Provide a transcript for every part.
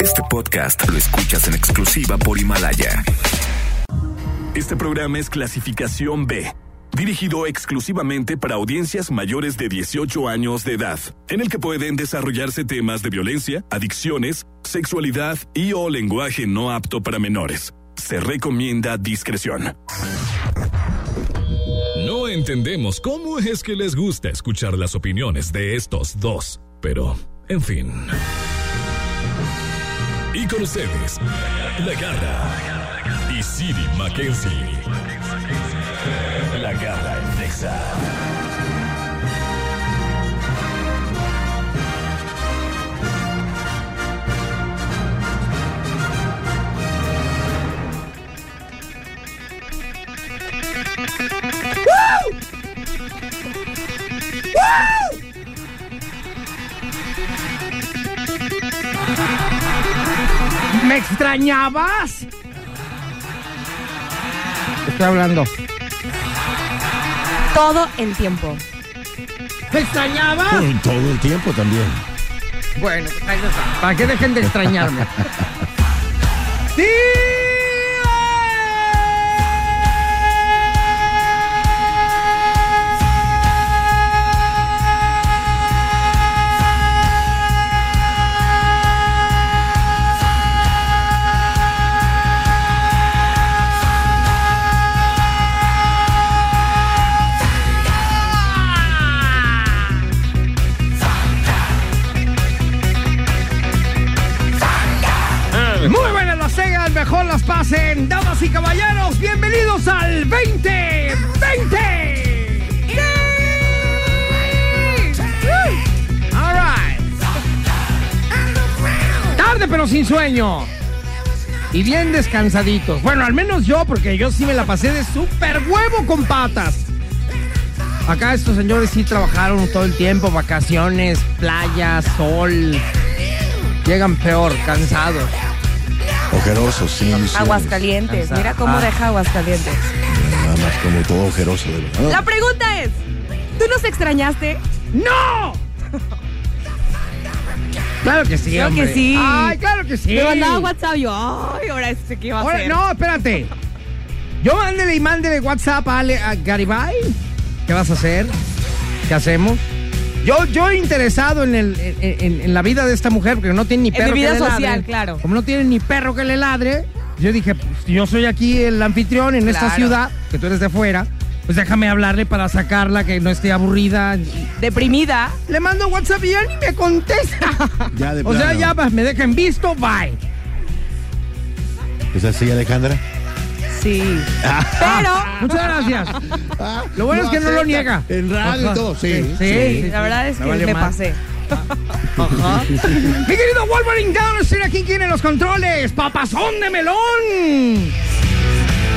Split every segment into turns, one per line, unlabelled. Este podcast lo escuchas en exclusiva por Himalaya. Este programa es clasificación B, dirigido exclusivamente para audiencias mayores de 18 años de edad, en el que pueden desarrollarse temas de violencia, adicciones, sexualidad y o lenguaje no apto para menores. Se recomienda discreción.
No entendemos cómo es que les gusta escuchar las opiniones de estos dos, pero, en fin. Y con ustedes, La Garra y Siri Mackenzie. La Garra en Nexa.
¿Me extrañabas? Estoy hablando.
Todo el tiempo.
¿Me extrañabas?
Todo el tiempo también.
Bueno, pues ahí está. Para que dejen de extrañarme. ¡Sí! Muy buenas las tengan, mejor las pasen. Damas y caballeros, bienvenidos al 2020. ¡Sí! All right. Tarde pero sin sueño. Y bien descansaditos. Bueno, al menos yo, porque yo sí me la pasé de súper huevo con patas. Acá estos señores sí trabajaron todo el tiempo, vacaciones, playa, sol. Llegan peor, cansados.
Ojeroso, sí. sí.
Aguascalientes.
Cansado.
Mira cómo
Ah.
deja Aguascalientes.
Nada más como todo ojeroso, de verdad.
La pregunta es, ¿tú nos extrañaste?
¡No! Claro que sí,
Claro
hombre.
que sí.
Ay, claro que sí.
Me mandaba WhatsApp yo, ay, ahora este qué va a
Ahora,
hacer.
no, espérate. Yo mándele y mándele WhatsApp a, Ale, a Garibay. ¿Qué vas a hacer? ¿Qué hacemos? Yo, yo interesado en, el, en, en- en la vida de esta mujer, porque no tiene ni
mi
perro que
vida
le
social,
ladre.
claro.
Como no tiene ni perro que le ladre, yo dije, pues, yo soy aquí el anfitrión en esta
Claro.
ciudad, que tú eres de fuera, pues déjame hablarle para sacarla, que no esté aburrida.
Deprimida.
Le mando WhatsApp y ya ni me contesta.
Ya de
o sea,
plano.
ya pues, me dejan visto, bye.
¿Es así, Alejandra?
Sí. Pero
Muchas gracias. Lo bueno es que no lo niega.
Ah, En radio y todo, sí.
Sí, sí, sí.
la verdad es que
Me vale
me
más.
pasé.
Mi querido Wolverine Downstreet, aquí tiene los controles. Papazón de melón.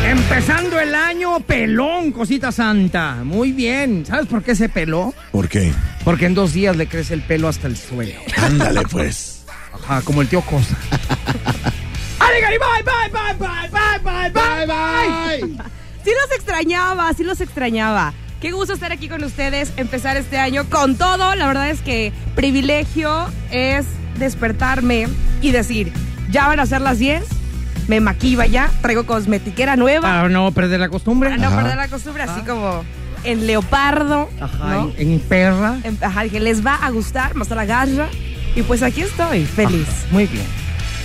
Empezando el año, pelón, cosita santa. Muy bien. ¿Sabes por qué se peló?
¿Por qué?
Porque en dos días le crece el pelo hasta el suelo.
Ándale, pues.
Ajá, Ah, como el tío Cosa. ¡Ale, Gary, bye, bye, bye, bye, bye, bye, bye, bye!
Sí los extrañaba, sí los extrañaba. Qué gusto estar aquí con ustedes, empezar este año con todo. La verdad es que privilegio es despertarme y decir, ya van a ser las 10, me maquilla ya, traigo cosmetiquera nueva,
Para Ah, no perder la costumbre.
para no
Ajá.
perder la costumbre, así como en leopardo.
Ah. Ajá,
¿no?
en, en perra.
Em, Ajá, dije, les va a gustar, más a la garra. Y pues aquí estoy, feliz.
Muy bien.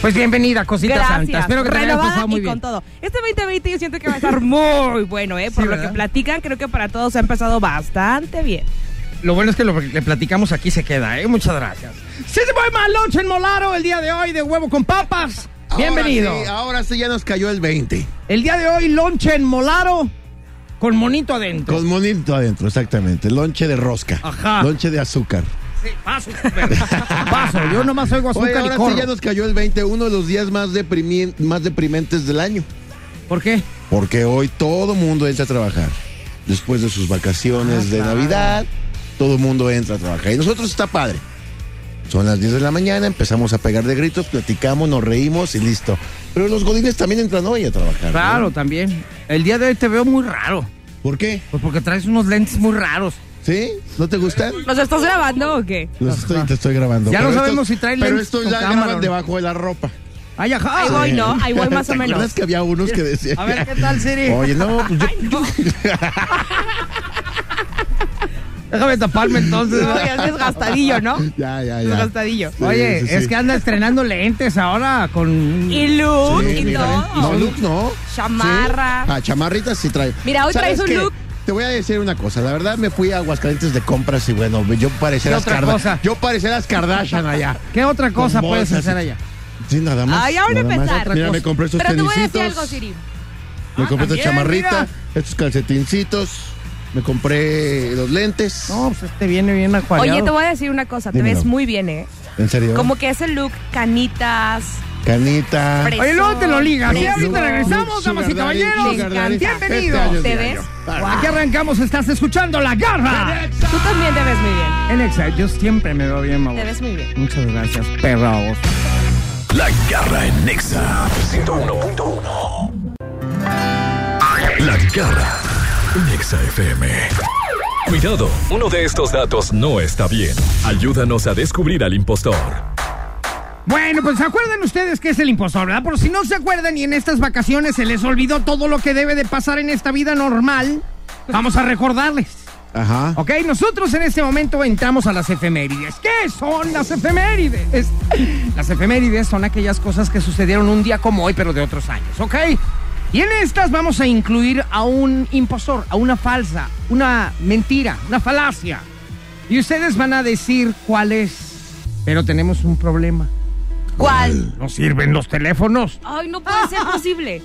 Pues bienvenida, cosita santa.
Gracias.
Espero que te hayas
Renovada
pasado muy
y
bien.
con todo. Este 2020 yo siento que va a estar muy bueno, ¿eh? Por
Sí,
lo
¿verdad?
que platican, creo que para todos ha empezado bastante bien.
Lo bueno es que lo que le platicamos aquí se queda, ¿eh? Muchas gracias. Sí, te voy más lunch en Molaro el día de hoy de huevo con papas. Bienvenido.
Ahora sí, ah. ahora sí ya nos cayó el 20.
El día de hoy lunch en Molaro con monito adentro.
Con monito adentro, exactamente. Lonche de rosca.
Ajá.
Lonche de azúcar.
Sí, paso, perro. paso. Yo nomás oigo azúcar
Oye, ahora
y corro.
sí ya nos cayó el 20, uno de los días más, deprimi- más deprimentes del año.
¿Por qué?
Porque hoy todo mundo entra a trabajar. Después de sus
Ah,
vacaciones de Navidad, todo mundo entra a trabajar. Y nosotros está padre. Son las 10 de la mañana, empezamos a pegar de gritos, platicamos, nos reímos y listo. Pero los godines también entran hoy a trabajar. ¿no?
Claro, también. El día de hoy te veo muy raro.
¿Por qué?
Pues porque traes unos lentes muy raros.
¿Sí? ¿No te gustan?
¿Nos estás grabando o qué?
Los estoy, te estoy grabando.
Ya no
Pero
sabemos si
estos-
trae
Pero
lentes
estos
o
ya
cámara,
graban
¿no?
debajo de la ropa.
Ay, ajá.
Ahí voy, ¿no? Ahí voy más o
¿Te acuerdas
menos.
que había unos que decían?
A ver, ¿qué tal, Siri?
Oye, no, pues yo-
Déjame taparme entonces.
No, ya es desgastadillo, ¿no?
ya, ya, ya.
Desgastadillo.
Sí,
Oye,
sí, sí.
es que anda estrenando lentes ahora con...
Y look
Sí,
y
mira, eh.
todo.
No, look no.
Chamarra.
Sí. Ah, chamarritas sí trae.
Mira, hoy
¿Sabes
traes un
qué?
look.
Te voy a decir una cosa, la verdad me fui a Aguascalientes de compras y bueno, yo parecía
¿Qué
las
otra cosa?
Kardashian. Yo parecía las Kardashian allá.
¿Qué otra cosa
Con
puedes
bolsas
hacer
y-
allá?
Sí, nada más.
Ay, ya van a
nada más.
empezar.
Mira, me compré estos
Pero te voy a decir
tenisitos,
algo, Siri.
Me compré esta
también,
chamarrita,
mira.
estos calcetincitos, me compré los lentes.
No, pues este viene bien acuariado.
Oye, te voy a decir una cosa. Te
Dímelo.
ves muy bien, ¿eh?
¿En serio?
Como que ese look, canitas,
Canita.
Fresón,
Oye, luego Este te lo ligas. Sí,
fresón.
ahorita regresamos, damas y
Sugar daddy,
caballeros.
sugar daddy.
Bienvenidos.
Este año
¿Te
sí
ves?
año.
Aquí arrancamos, estás escuchando La Garra.
Tú también te ves muy bien.
En Exa, yo siempre me veo bien, mamá.
Te ves muy bien.
Muchas gracias, perra vos.
La Garra en Nexa 101.1. La Garra en Nexa FM.
Cuidado, uno de estos datos no está bien. Ayúdanos a descubrir al impostor.
Bueno, pues se acuerdan ustedes que es el impostor, ¿verdad? Por si no se acuerdan y en estas vacaciones se les olvidó todo lo que debe de pasar en esta vida normal, vamos a recordarles.
Ajá.
Ok, nosotros en este momento entramos a las efemérides. ¿Qué son las efemérides? Las efemérides son aquellas cosas que sucedieron un día como hoy, pero de otros años, ¿ok? Y en estas vamos a incluir a un impostor, a una falsa, una mentira, una falacia. Y ustedes van a decir cuál es. Pero tenemos un problema.
¿Cuál?
No sirven los teléfonos.
Ay, no puede ser posible.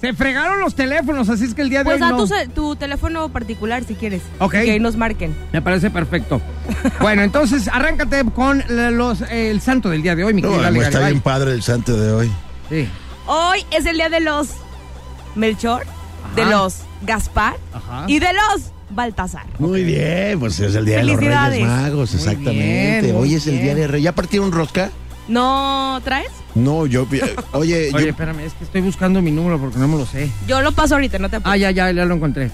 Se fregaron los teléfonos, así es que el día de
Pues
hoy
da
no.
tu, ce- tu teléfono particular si quieres.
Ok.
Y que ahí nos marquen.
Me parece perfecto. Bueno, entonces arráncate con la- los, eh, el santo del día de hoy, mi
No,
querida Ale
está
Garibay.
bien Eh, padre el santo de hoy.
Sí.
Hoy es el día de los Melchor, de los Gaspar
Ajá.
y de los Baltasar.
Muy bien, pues es el día de los
Felicidades.
Reyes Magos,
Muy
exactamente.
bien, muy
hoy es el día
bien.
de Reyes. ¿Ya partieron rosca?
¿No traes?
No, yo. Oye,
Oye,
yo-
espérame, es que estoy buscando mi número porque no me lo sé.
Yo lo paso ahorita, no te
Ah,
apures.
ya, ya, ya lo encontré.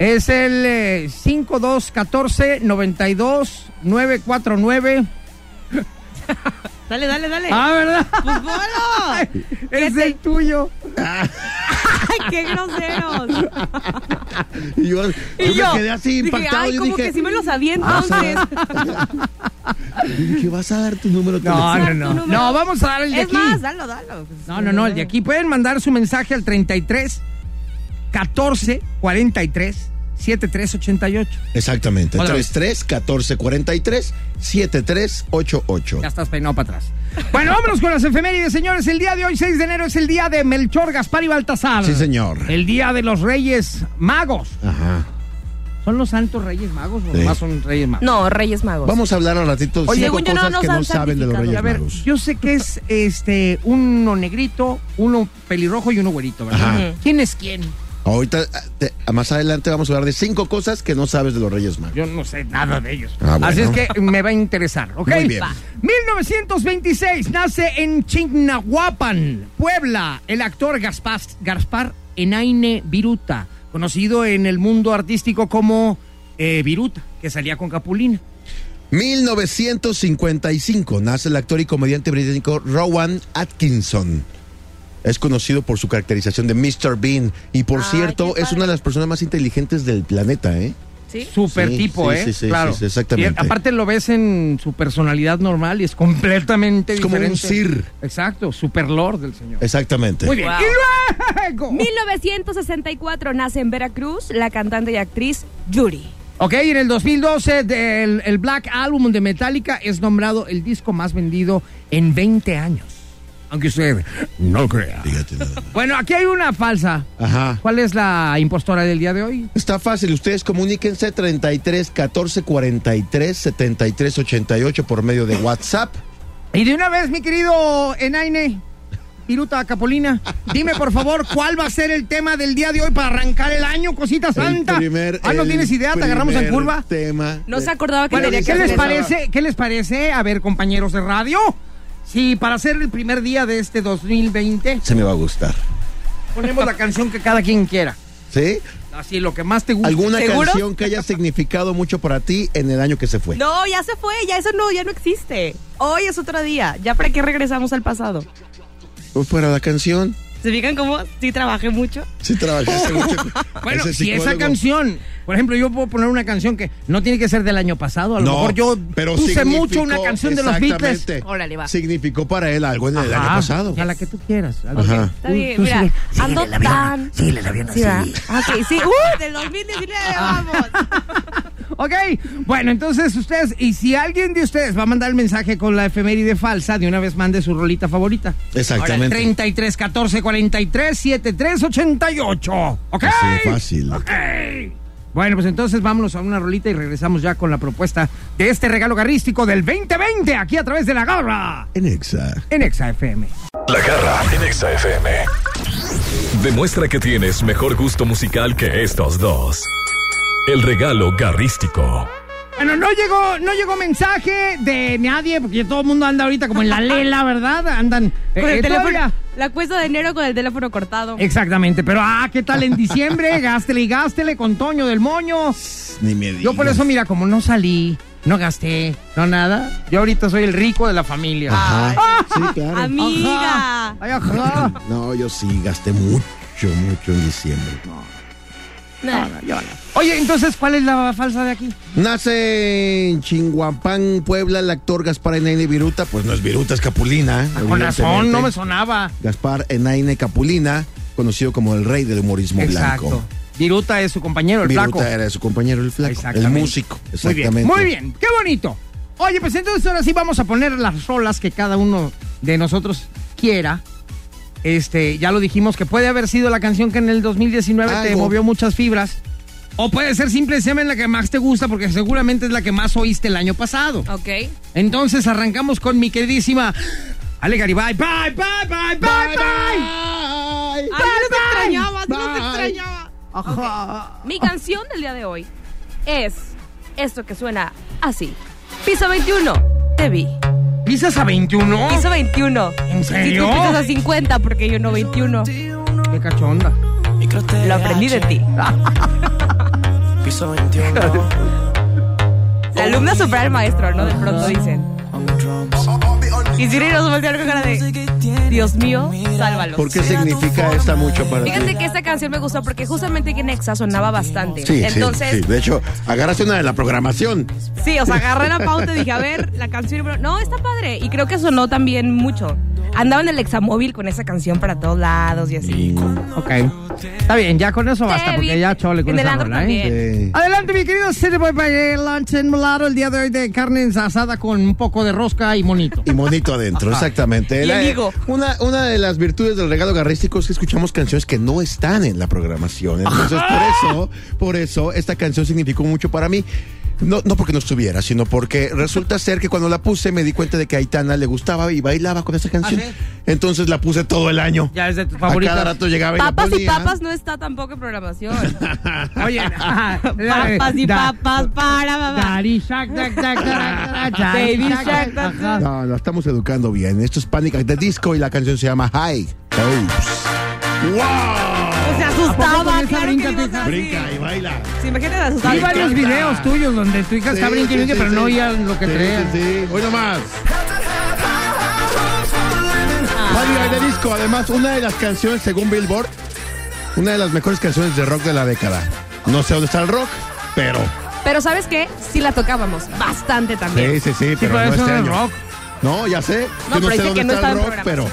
Es el eh, 5214-92-949.
Dale, dale, dale.
Ah, ¿verdad?
Pues bolo.
es
te-
el tuyo.
Ay, qué groseros.
y yo,
Y
yo
yo,
me quedé así
dije,
impactado.
ay,
yo
como
dije,
que sí me lo sabía
"Ah,
vas a
entonces.
dar- yo dije, vas a dar tu número de
No, no,
Dar
teléfono.
no.
tu número.
No, vamos a dar el de
es
aquí.
más, dalo, dalo.
No, no, no, el de aquí. Pueden mandar su mensaje al 33 14 43 7388.
Exactamente.
Otra
33 14 43 73 88.
Ya estás peinado para atrás. Bueno, vámonos con las efemérides, señores. El día de hoy, 6 de enero, es el día de Melchor, Gaspar y Baltasar.
Sí, señor.
El día de los Reyes Magos.
Ajá.
¿Son los santos Reyes Magos o
Sí.
nomás son Reyes Magos?
No, Reyes Magos.
Vamos a hablar al ratito de
Oye,
cinco
según yo no
cosas
nos
que
han
no saben de los
santificado.
Reyes
A ver,
Magos.
yo sé que es este uno negrito, uno pelirrojo y uno güerito, ¿verdad?
Ajá.
¿Quién es quién?
Ahorita, ah, te- más adelante vamos a hablar de cinco cosas que no sabes de los Reyes Magos.
Yo no sé nada de ellos.
Ah, bueno.
Así es que me va a interesar, ¿ok?
Muy bien. Va.
1926 nace en Chignahuapan, Puebla, el actor Gaspar, Gaspar Enaine Viruta, conocido en el mundo artístico como eh, Viruta, que salía con Capulina.
1955 nace el actor y comediante británico Rowan Atkinson. Es conocido por su caracterización de Mr. Bean. Y por
Ay,
cierto,
qué
es
padre.
una de las personas más inteligentes del planeta, ¿eh?
¿Sí?
Super
Sí,
tipo,
sí,
¿eh?
sí, sí,
claro.
sí, sí, exactamente.
Y aparte lo ves en su personalidad normal y es completamente
Es como un
diferente.
sir.
Exacto, super lord del señor.
Exactamente.
Muy bien.
Wow.
Y luego.
1964 nace en Veracruz la cantante y actriz Yuri.
Ok, en el 2012 del- el Black Album de Metallica es nombrado el disco más vendido en 20 años. Aunque usted no crea.
Fíjate nada más.
Bueno, aquí hay una falsa.
Ajá.
¿Cuál es la impostora del día de hoy?
Está fácil, ustedes comuníquense 33 14 43 73 88 por medio de WhatsApp.
Y de una vez, mi querido Enaine, Piruta Capolina, dime por favor cuál va a ser el tema del día de hoy para arrancar el año, cosita santa.
El primer-
ah, no
el
tienes idea, te agarramos en
primer
curva.
Tema
No
de-
se acordaba que
Bueno,
tenía que
¿qué
hacer
les
eso.
parece? ¿Qué les parece? A ver, compañeros de radio, si para ser el primer día de este 2020
Se me va a gustar.
ponemos la canción que cada quien quiera.
¿Sí?
Así, lo que más te gusta.
¿Alguna
¿Seguro?
canción que haya significado mucho para ti en el año que se fue?
No, ya se fue, ya eso no, ya no existe. Hoy es otro día. ¿Ya para qué regresamos al pasado?
Pues fuera la canción.
¿Se fijan cómo sí trabajé mucho?
Sí, trabajaste mucho.
Bueno,
Ese
si esa
psicólogo.
canción, por ejemplo, yo puedo poner una canción que no tiene que ser del año pasado, a lo
No,
mejor yo
pero
puse
significó-
mucho una canción de los Beatles.
exactamente.
Órale, va.
Significó para él algo en el año
Ajá,
pasado.
y A la que tú quieras. a la
Ajá.
que-
Está
tú-
bien,
tú
mira,
sigue. Ah,
ando tan. Sí, el avión sí. ¿verdad? Ok, sí, uh, del 2019
Ah.
vamos.
Ok, bueno, entonces ustedes, y si alguien de ustedes va a mandar el mensaje con la efeméride falsa, de una vez mande su rolita favorita. Ahora,
Exactamente.
33 14 43 73 88. ¿Ok?
Así de fácil.
Ok. Bueno, pues entonces vámonos a una rolita y regresamos ya con la propuesta de este regalo garrístico del 2020 aquí a través de la garra
En Exa.
en Exa FM.
La garra en Exa FM. Demuestra que tienes mejor gusto musical que estos dos. El regalo garrístico.
Bueno, no llegó, no llegó mensaje de nadie, porque todo el mundo anda ahorita como en la lela, ¿verdad? Andan
Con el
eh,
teléfono.
todavía-
La cuesta de enero con el teléfono cortado.
Eh, Exactamente, pero ah, ¿qué tal en diciembre? gástele y gástele con Toño del Moño.
Ni me digas.
Yo por eso, mira, como no salí, no gasté, no nada, yo ahorita soy el rico de la familia.
Ah,
Ah.
Ajá. Sí, claro.
Amiga.
Ajá. Ay, ajá.
No, yo sí gasté mucho, mucho en diciembre.
Ah,
Nah.
Oye, entonces, ¿cuál es la falsa de aquí?
Nace en Chinguapán, Puebla, el actor Gaspar Enaine Viruta. Pues no es Viruta, es Capulina.
Ah, Con razón,
evidentemente.
no me sonaba.
Gaspar Enaine Capulina, conocido como el rey del humorismo
Exacto.
blanco.
Viruta es su compañero, el
Viruta
flaco.
era su compañero, el flaco. El
Exactamente.
músico.
Muy bien,
Exactamente.
muy bien, qué bonito. Oye, pues entonces ahora sí vamos a poner las rolas que cada uno de nosotros quiera. Este, ya lo dijimos que puede haber sido la canción que en el 2019 te
Algo.
movió muchas fibras. O puede ser simplemente la que más te gusta, porque seguramente es la que más oíste el año pasado.
Ok.
Entonces arrancamos con mi queridísima Ale Garibay. Bye, bye, bye, bye, bye.
Bye,
Ay, Ah, no te
Bye,
extrañaba, no
bye.
te extrañaba.
Ajá.
Mi canción del día de hoy es esto que suena así. Piso 21, te vi.
¿Pisas a 21?
Piso 21.
¿En serio?
Si tú pisas a 50, porque yo no 21.
Qué cachonda.
Lo aprendí de ti.
Piso 21.
La alumna supera al maestro, ¿no? De pronto dicen. Y Siri nos voltea con cara de Dios mío, sálvalos.
¿Por qué significa esta mucho para ti?
Fíjate que esta canción me gusta porque justamente aquí en Exa sonaba bastante.
Sí,
Entonces,
sí, sí. De hecho, agarraste una de la programación.
Sí, o sea, agarré la pauta y dije, a ver, la canción. número- No, está padre. Y creo que sonó también mucho. Andaba en el examóvil con esa canción para todos lados y así.
Ok. Está bien, ya con eso basta,
Eh,
porque
bien.
ya chole con
En el
esa
antro
rola, ¿eh?
también.
Sí.
Adelante, mi querido Cereboy para el lunch en Molaro, el día de hoy de carne asada con un poco de rosca y monito.
Y monito adentro, exactamente.
Y el higo.
Una, una de las virtudes del regalo garrístico es que escuchamos canciones que no están en la programación. Entonces, por eso, por eso, esta canción significó mucho para mí. No, no porque no estuviera, sino porque resulta ser que cuando la puse me di cuenta de que a Aitana le gustaba y bailaba con esa canción.
¿Ah, sí?
Entonces la puse todo el año.
Ya es de tus
a cada
favoritas.
rato llegaba y la
Papas y
ponía.
papas no está tampoco en programación.
Oye, ajá, la-
papas y
da-
papas para mamá.
Daddy Shack, Shack, Shack, Shack, Shack,
Baby
Shack,
Shack,
Shack,
Shack.
ajá.
No, la estamos educando bien. Esto es Panic at the Disco y la canción se llama High Hopes. ¡Wow!
Se
¿A poco con
asustaba,
esa
claro que
brinca,
ibas
Tita?
así.
Brinca y baila.
eh? Sí, imagínate se asustaba.
Hay varios videos tuyos donde tu hija está
Sí,
brinque y
sí,
brinque,
sí,
pero no
sí.
oían lo que
Sí,
traían.
sí, sí. Hoy nomás. Mario de disco, además, una de las canciones, según Billboard, una de las mejores canciones de rock de la década. No sé dónde está el rock, pero.
Pero ¿sabes qué? Sí la tocábamos bastante también.
Sí, sí, sí, pero
pero
no
eso
este
no es
año.
rock.
No, ya sé.
No,
que no
pero
sé
dice
dónde
que no
está el
está en
rock, pero.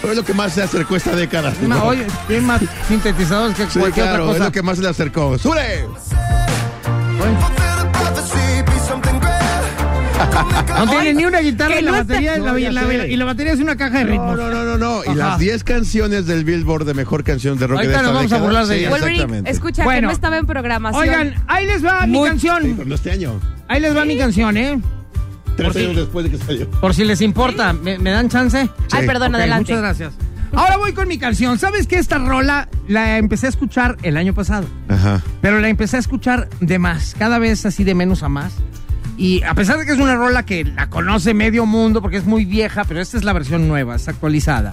pero Es lo que más se acercó esta década.
Ma- Oye, tiene más sintetizadores que
Sí,
cualquier
claro, es
otra
lo
cosa.
que más se le acercó. ¡Sure!
No tiene ni una guitarra
Que
y la
no está-
batería es la-
No,
y
ya
la-
sé.
y la batería es una caja de
No,
ritmos.
no, no, no, no. Y
Ajá.
las 10 canciones del Billboard de mejor canción de rock
Ahorita
de esta
nos vamos a
década.
burlar de
Sí,
ellas.
Wolverine,
exactamente.
escucha que
Bueno.
no estaba en programación.
Oigan, ahí les va mi
Muy-
Sí,
canción.
pero no este año.
Ahí les va mi canción, ¿eh?
Tres
Por si-
años después de que salió.
Por si les importa, ¿me, me dan chance?
Ay,
sí.
perdón,
Ok,
adelante.
Muchas gracias. Ahora voy con mi canción. ¿Sabes que esta rola la empecé a escuchar el año pasado?
Ajá.
Pero la empecé a escuchar de más, cada vez así de menos a más. Y a pesar de que es una rola que la conoce medio mundo porque es muy vieja, pero esta es la versión nueva, es actualizada.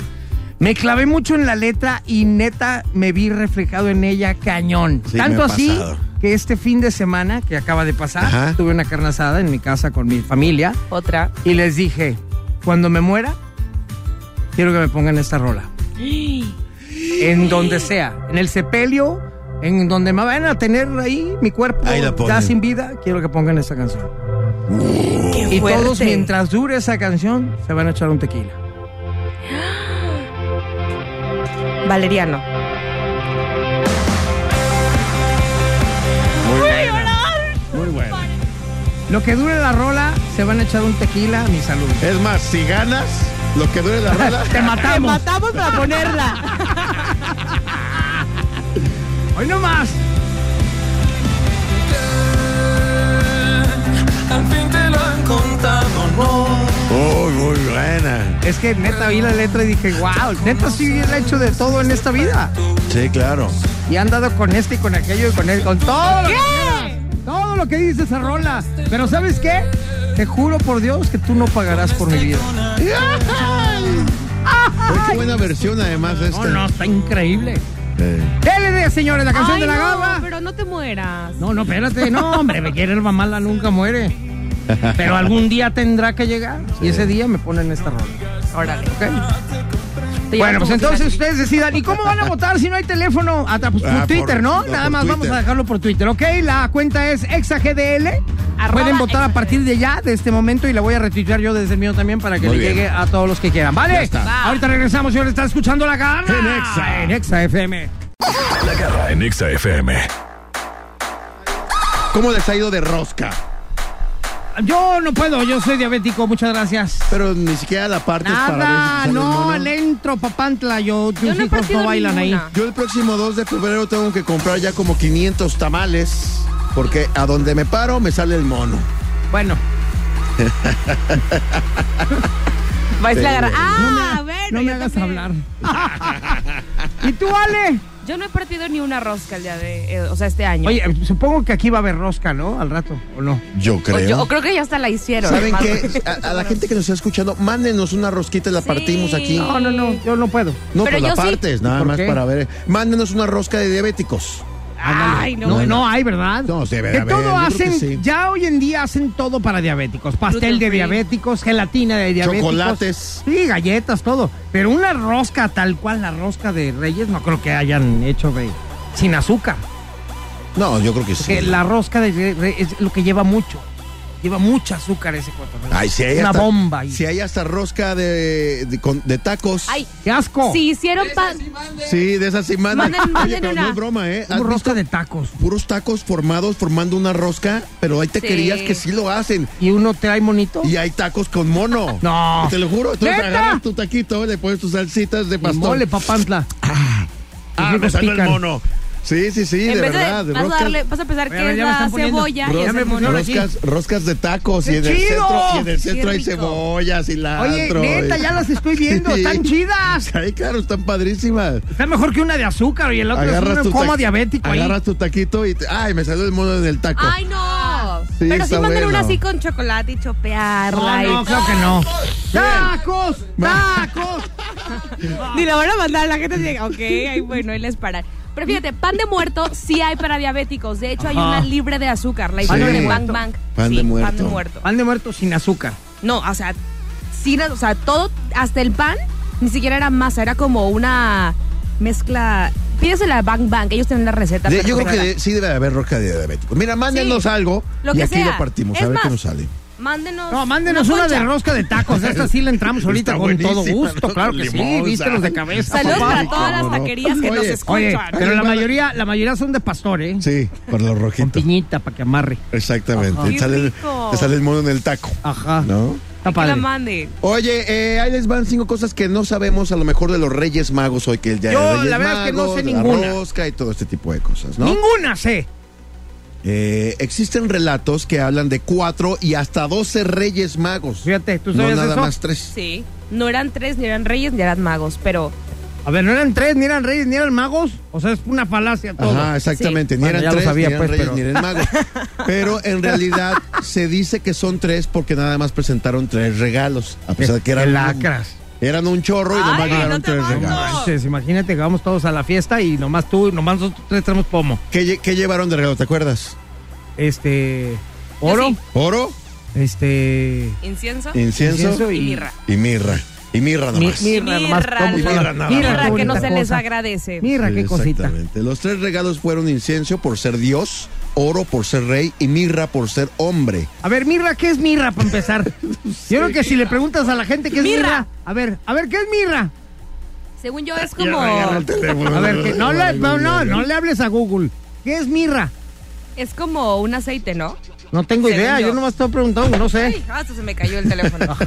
Me clavé mucho en la letra y neta me vi reflejado en ella cañón.
Sí, me
Tanto
ha
así
pasado.
que este fin de semana que acaba de pasar,
Ajá.
tuve una carne asada en mi casa con mi familia
Otra.
y les dije, cuando me muera, quiero que me pongan esta rola. En donde sea, en el sepelio, en donde me van a tener ahí mi cuerpo
Ahí la
ya
ponen.
sin vida, quiero que pongan esta canción.
Qué
Y
fuerte.
todos mientras dure esa canción se van a echar un tequila.
Valeriano.
Muy bueno.
Lo que dure la rola se van a echar un tequila, mi salud.
Es más, si ganas, lo que dure la rola.
Te matamos.
matamos para ponerla.
Hoy no más.
Al fin te lo han contado, no.
Oh, muy buena.
Es que neta vi la letra y dije, wow, neta sí él ha hecho de todo en esta vida.
Sí, claro.
Y ha andado con este y con aquello y con él, con todo. Lo que quieras. todo lo que dice esa rola. Pero ¿sabes qué? Te juro por Dios que tú no pagarás por mi vida.
Oye, qué buena versión además de esta.
No,
este-
no, está increíble.
Eh,
TLD, señores, la canción
Ay,
de la
no,
gama.
pero no te mueras.
No, no, espérate, no, hombre, me quiere mamá la nunca muere. Pero algún día tendrá que llegar y ese día me ponen esta rola.
Órale.
¿ok?
Te llevas
Bueno, pues
como
entonces
final.
ustedes decidan. ¿Y cómo van a votar si no hay teléfono? Ah, pues por
Ah, por-
Twitter, ¿no?
no,
Nada
por
más vamos
Twitter.
a dejarlo por Twitter, ¿ok? La cuenta es exagdl.
Arroba
Pueden votar a
exagdl.
partir de ya, de este momento, y la voy a retuitear yo desde el mío también para que
Muy
le
bien.
llegue a todos los que quieran. ¿Vale?
Ya está.
Va.
Ahorita regresamos, señores. Está escuchando la gana.
En Exa.
En Exa FM.
La garra en Exa FM.
¿Cómo les ha ido de rosca?
Yo no puedo, yo soy diabético, muchas gracias.
Pero ni siquiera la parte es
Nada,
para ver si te sale el
no,
mono.
al entro, papantla, yo,
Yo
tus
no he
hijos
partido
no bailan
ninguna.
ahí.
Yo el próximo 2 de febrero tengo que comprar ya como 500 tamales. Porque a donde me paro me sale el mono.
Bueno,
Vais a
Sí,
agarrar.
güey.
Ah, bueno.
no me
yo
hagas
también.
hablar. ¿Y tú, Ale?
Yo no he partido ni una rosca el día de. eh, o sea, este año.
Oye, supongo que aquí va a haber rosca, ¿no? Al rato, ¿o no?
Yo
O yo- o creo que ya hasta la hicieron.
¿Saben
Más-
qué? A, a la gente que nos está escuchando, mándenos una rosquita y la
Sí.
partimos aquí.
No, no, no, yo no puedo.
No,
Pero
pues
yo
la
sí.
partes, nada
¿Por
más
qué?
para ver. Mándenos una rosca de diabéticos.
Ay, no.
No, no, hay, ¿verdad?
No, sí, debe
que
haber, yo
todo
creo
hacen,
que sí.
ya hoy en día hacen todo para diabéticos. Pastel
Gluten
de
free.
diabéticos, gelatina de diabéticos.
Chocolates.
Sí, galletas, todo. Pero una rosca tal cual, la rosca de Reyes, no creo que hayan hecho de, sin azúcar.
No, yo creo que sí.
Porque la rosca de re- re- es lo que lleva mucho. Lleva mucho azúcar ese cuerpo.
Ay, si hay
Una
hasta-
bomba. ahí.
Si hay hasta rosca de, de, con- de tacos.
Ay,
¡Qué asco!
si hicieron. pa-
Sí, de esas sí mandan.
Manden- manden
Oye, pero
una.
no es broma, ¿eh? ¿Has
Como
visto
rosca de tacos.
puros tacos formados formando una rosca? Pero hay taquerías
Sí.
que sí lo hacen.
¿Y uno trae monito?
Y hay tacos con mono.
No.
Te lo juro. Tú
¿Neta?
agarras tu taquito, le pones tus salsitas de
Y
pastor.
mole, papantla.
ah,
Los
me salió el
pican.
mono. Sí, sí, sí,
en
de
vez
verdad.
de.
de
Vas a,
rosca-
darle, vas a pensar
Bueno,
que es
ya me
la
están poniendo.
cebolla y
Ro-
es
ya me
el mono.
pusieron aquí.
Roscas, roscas de tacos y
¡Qué
en, el
chido!
centro, y en el
¡Qué
centro hay
rico!
cebollas,
Oye,
cilantro.
neta,
y-
ya las estoy viendo. Están chidas.
Ay, claro, están padrísimas.
Está mejor que una de azúcar y el otro es un
tu
coma
taqui-
diabético ahí.
agarras tu taquito y te- ay, me salió el mono en el taco.
Ay, no.
Sí,
Pero sí
está
mandan una
bueno.
así con chocolate y chopearla.
No, no,
y-
creo que no. ¡Tacos! ¡Tacos!
Ni la van a mandar, la gente llega, ok, ay, bueno, ahí les paran. Pero fíjate, pan de muerto sí hay para diabéticos. De hecho, hay
Ajá.
una libre de azúcar, la
Sí.
hicieron en Bang
Pan de
Bang.
Pan
Sí, Pan
de
de
muerto.
muerto.
Pan de muerto sin azúcar.
No, o sea, sí, o sea, todo, hasta el pan, ni siquiera era masa, era como una mezcla. Pídesela a Bang Bang, ellos tienen la receta.
De- yo creo que
perfecta.
de- sí debe de haber rosca de diabético. Mira, mándenos
Sí.
algo
Lo
y
que
aquí
sea.
lo partimos, a
Es
ver qué
más,
nos sale.
Mándenos.
No, mándenos una, de
concha.
rosca de tacos. Esta sí la entramos ahorita
Está
con todo
buenísima,
gusto.
¿no?
Claro
Con
que sí,
limón,
vístelos de
sal.
cabeza.
Saludos
papá.
para todas las
¿cómo no?
taquerías que nos
Oye,
escuchan.
Oye, pero la mayoría, la mayoría son de pastor, ¿eh?
Sí, para los
Con
rojitos.
piñita para que amarre.
Exactamente.
Qué
Te sale, el-
rico.
te sale el mono en el taco.
Ajá.
¿No?
Está
Que la
padre.
manden.
Oye, eh, ahí les van cinco cosas que no sabemos a lo mejor de los Reyes Magos hoy, que el día
Yo,
de Reyes
la verdad es que no
Magos,
sé
de la
ninguna.
rosca y todo este tipo de cosas, ¿no?
Ninguna sé.
Eh, existen relatos que hablan de cuatro y hasta doce Reyes Magos.
Fíjate, ¿tú
no
sabías
nada
eso?
más tres.
Sí. No eran tres, ni eran reyes, ni eran magos, pero
A ver, no eran tres, ni eran reyes, ni eran magos. O sea, es una falacia todo.
Ajá, exactamente. Ni
Bueno,
eran
ya lo
tres,
sabía,
ni eran
pues,
reyes,
pero-
ni eran magos. Pero en realidad se dice que son tres porque nada más presentaron tres regalos. A pesar de que eran
Qué lacras.
Eran un chorro y
Ay,
nomás
no
llegaron
te
tres
mando.
regalos.
Manches, imagínate que vamos todos a la fiesta y nomás tú, nomás nosotros tres tenemos pomo.
¿Qué, lle- qué llevaron de regalo? ¿Te acuerdas?
Este. Oro,
sí.
Oro,
este.
Incienso
incienso,
incienso
y,
y-
mirra.
y mirra. Y mirra
Mi-
nomás.
mirra, nomás
Mirra,
pomo.
mirra, nada más.
Mirra
qué
que no
bonita
se les
cosa.
agradece.
Mirra, qué cosita.
Exactamente. Los tres regalos fueron incienso por ser Dios, oro por ser rey y mirra por ser hombre.
A ver, Mirra, ¿qué es Mirra para empezar? Yo creo que si le preguntas a la gente qué es Mirra.
Mirra.
a ver, a ver, ¿qué es Mirra?
Según yo es como
A ver, que no, le, no, no, no le hables a Google. ¿Qué es Mirra?
es como un aceite, ¿no?
No tengo
Según
idea, yo
yo.
nomás estoy preguntando, no sé.
Ay, ah, hasta se me cayó el teléfono.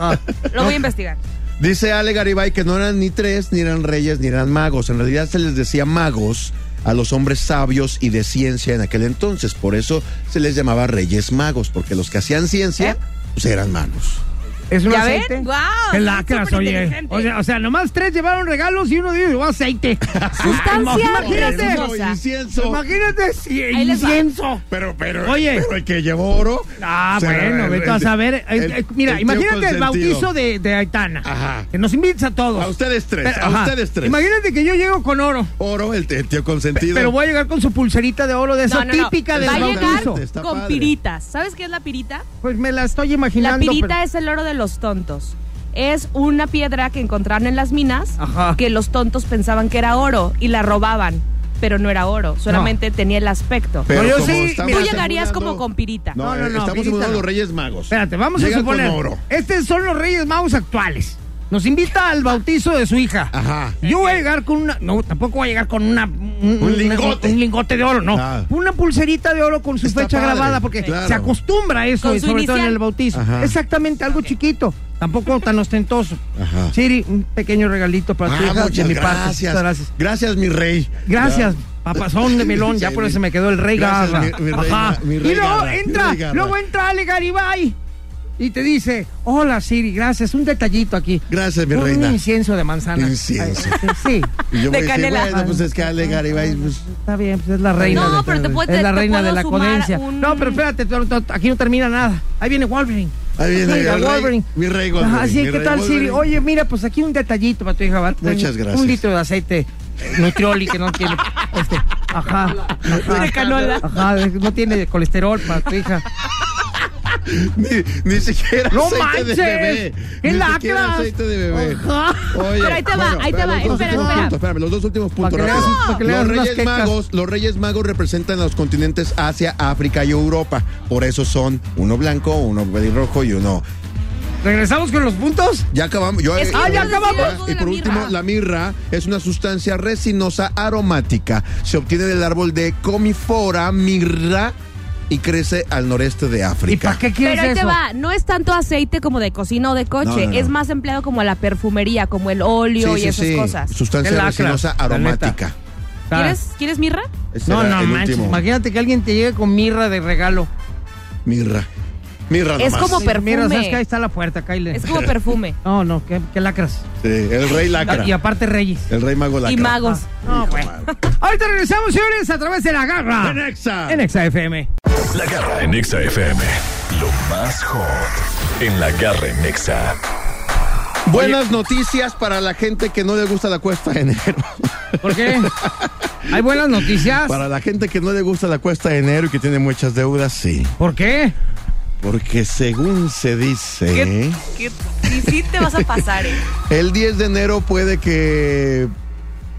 Lo voy a investigar.
Dice Ale Garibay que no eran ni tres, ni eran reyes, ni eran magos. En realidad se les decía magos a los hombres sabios y de ciencia en aquel entonces. Por eso se les llamaba reyes magos, porque los que hacían ciencia
¿Eh?
pues eran magos.
¿Es un
¿Ya
aceite?
ven? ¡Guau!
¡Qué
sí,
lacras, oye!
superinteligente.
O sea, o sea, nomás tres llevaron regalos y uno dijo aceite.
Sustancia
Imagínate.
grasosa.
incienso.
Imagínate si
Ahí les va.
incienso.
Pero, pero,
Oye.
pero el que llevó oro.
Ah,
será
bueno,
el-
vete a
el-
saber. Eh,
el-
eh, mira,
el tío
imagínate el
consentido.
bautizo de, de Aitana.
Ajá.
Que nos invites a todos.
A ustedes tres,
Pero,
a
Eh, ajá.
ustedes tres.
Imagínate que yo llego con oro.
Oro, el, el tío consentido.
Pero voy a llegar con su pulserita de oro de esa
No, no, no.
típica del
Va a llegar
bautizo.
Está- está
con
padre.
piritas. ¿Sabes qué es la pirita?
Pues me la estoy
La
imaginando.
pirita
pero-
es el oro de los tontos. Es una piedra que encontraron en las minas
Ajá.
que los tontos pensaban que era oro y la robaban, pero no era oro, solamente tenía el aspecto.
Pero
No, yo
como
sí,
estamos
mira.
Tú llegarías como
emulando-
con pirita.
No,
No, no, no,
eh, estamos
pirita
emulando
no.
a los Reyes Magos.
Espérate, vamos
Llega
a suponer.
Con oro.
Estos son los Reyes Magos actuales. Nos invita al bautizo de su hija.
Ajá.
Yo voy a llegar con una. No, tampoco voy a llegar con una. Un, una-
lingote.
un lingote de oro, no.
Ah.
Una pulserita de oro con su
Está
fecha
padre,
grabada, porque
claro.
se acostumbra a eso,
Con
y
su
sobre todo en
inicial.
el bautizo.
Ajá.
Exactamente, algo chiquito. Tampoco tan ostentoso.
Ajá.
Siri, un pequeño regalito para tu
Ah,
hija de
muchas
mi parte.
gracias.
Muchas gracias.
Gracias, mi rey.
Gracias, papazón de melón. Ya
Sí,
por
mi-
eso me quedó el rey
gracias,
garra.
mi- mi rey
Ajá.
ga- mi rey
y luego
garra, mi
entra,
rey garra.
luego entra Ale Garibay y te dice: Hola Siri, gracias. Un detallito aquí.
Gracias, mi
Un
reina.
incienso de manzana.
Incienso.
Ay, sí.
Y yo
De
voy a decir,
canela.
bueno, pues es que Ale Garibay. pues,
Está bien, pues es la reina.
No,
de-
pero te puede-
es la
te
reina
puedo
de la
sumar
codencia.
un-
No, pero espérate, to- to- aquí no termina nada. Ahí viene Wolverine.
Ahí viene
Mira,
el rey- mi rey Wolverine,
Ajá, sí,
mi
¿qué
rey
tal, Siri?
Wolverine.
Oye, mira, pues aquí un detallito para tu hija. va-
Muchas gracias.
Un litro de aceite eh, nutrioli que no tiene. Este, ajá. ajá.
De canola.
Ajá, de- no tiene colesterol para tu hija.
Ni, ni siquiera
¡No
aceite
manches!
de bebé.
¡Qué
Ni
lacras!
siquiera aceite de bebé.
Ajá.
Oye,
Pero ahí te va, ahí te
espera,
va,
los
espera,
dos últimos
espera.
puntos, espérame, los dos últimos puntos.
que le
rápido.
hagas- para que le
los
hagas unas
Reyes
quecas.
Magos, los Reyes Magos representan a los continentes Asia, África y Europa. Por eso son uno blanco, uno pelirrojo y uno.
¿Regresamos con los puntos?
Ya acabamos. Yo,
Es que
Ah,
yo
ya
decía
acabamos.
algo de
Y
la
por último,
mirra.
la mirra es una sustancia resinosa aromática. Se obtiene del árbol de comifora mirra y crece al noreste de
¿Y
África.
para qué quieres
Pero ahí te
eso?
va, no es tanto aceite como de cocina o de coche,
No, no, no.
es más empleado como a la perfumería, como el óleo y esas cosas.
Qué
Sustancia
lacra,
resinosa
la
aromática.
¿Quieres, ¿Quieres mirra?
Ese
Ah. No,
era
no
el
manches.
último.
Imagínate que alguien te llegue con mirra de regalo.
Mirra. Mirra
Es
nomás.
como
Sí,
Perfume.
Mira, ¿sabes que Ahí está la puerta, Kyle.
Es como perfume.
No, no, qué, qué lacras.
el rey lacra.
Y aparte Reyes.
El rey mago lacra.
Y magos.
No, bueno. Ahorita regresamos, señores, a través de la garra.
En Exa.
En Exa FM.
La garra en Exa FM. Lo más hot en la garra en Exa.
Ah. Buenas noticias para la gente que no le gusta la cuesta de enero.
¿Por qué? Hay buenas noticias.
Para la gente que no le gusta la cuesta de enero y que tiene muchas deudas, sí.
¿Por qué?
Porque según se dice,
¿Qué, y sí te vas a pasar, ¿eh?
el 10 de enero puede que...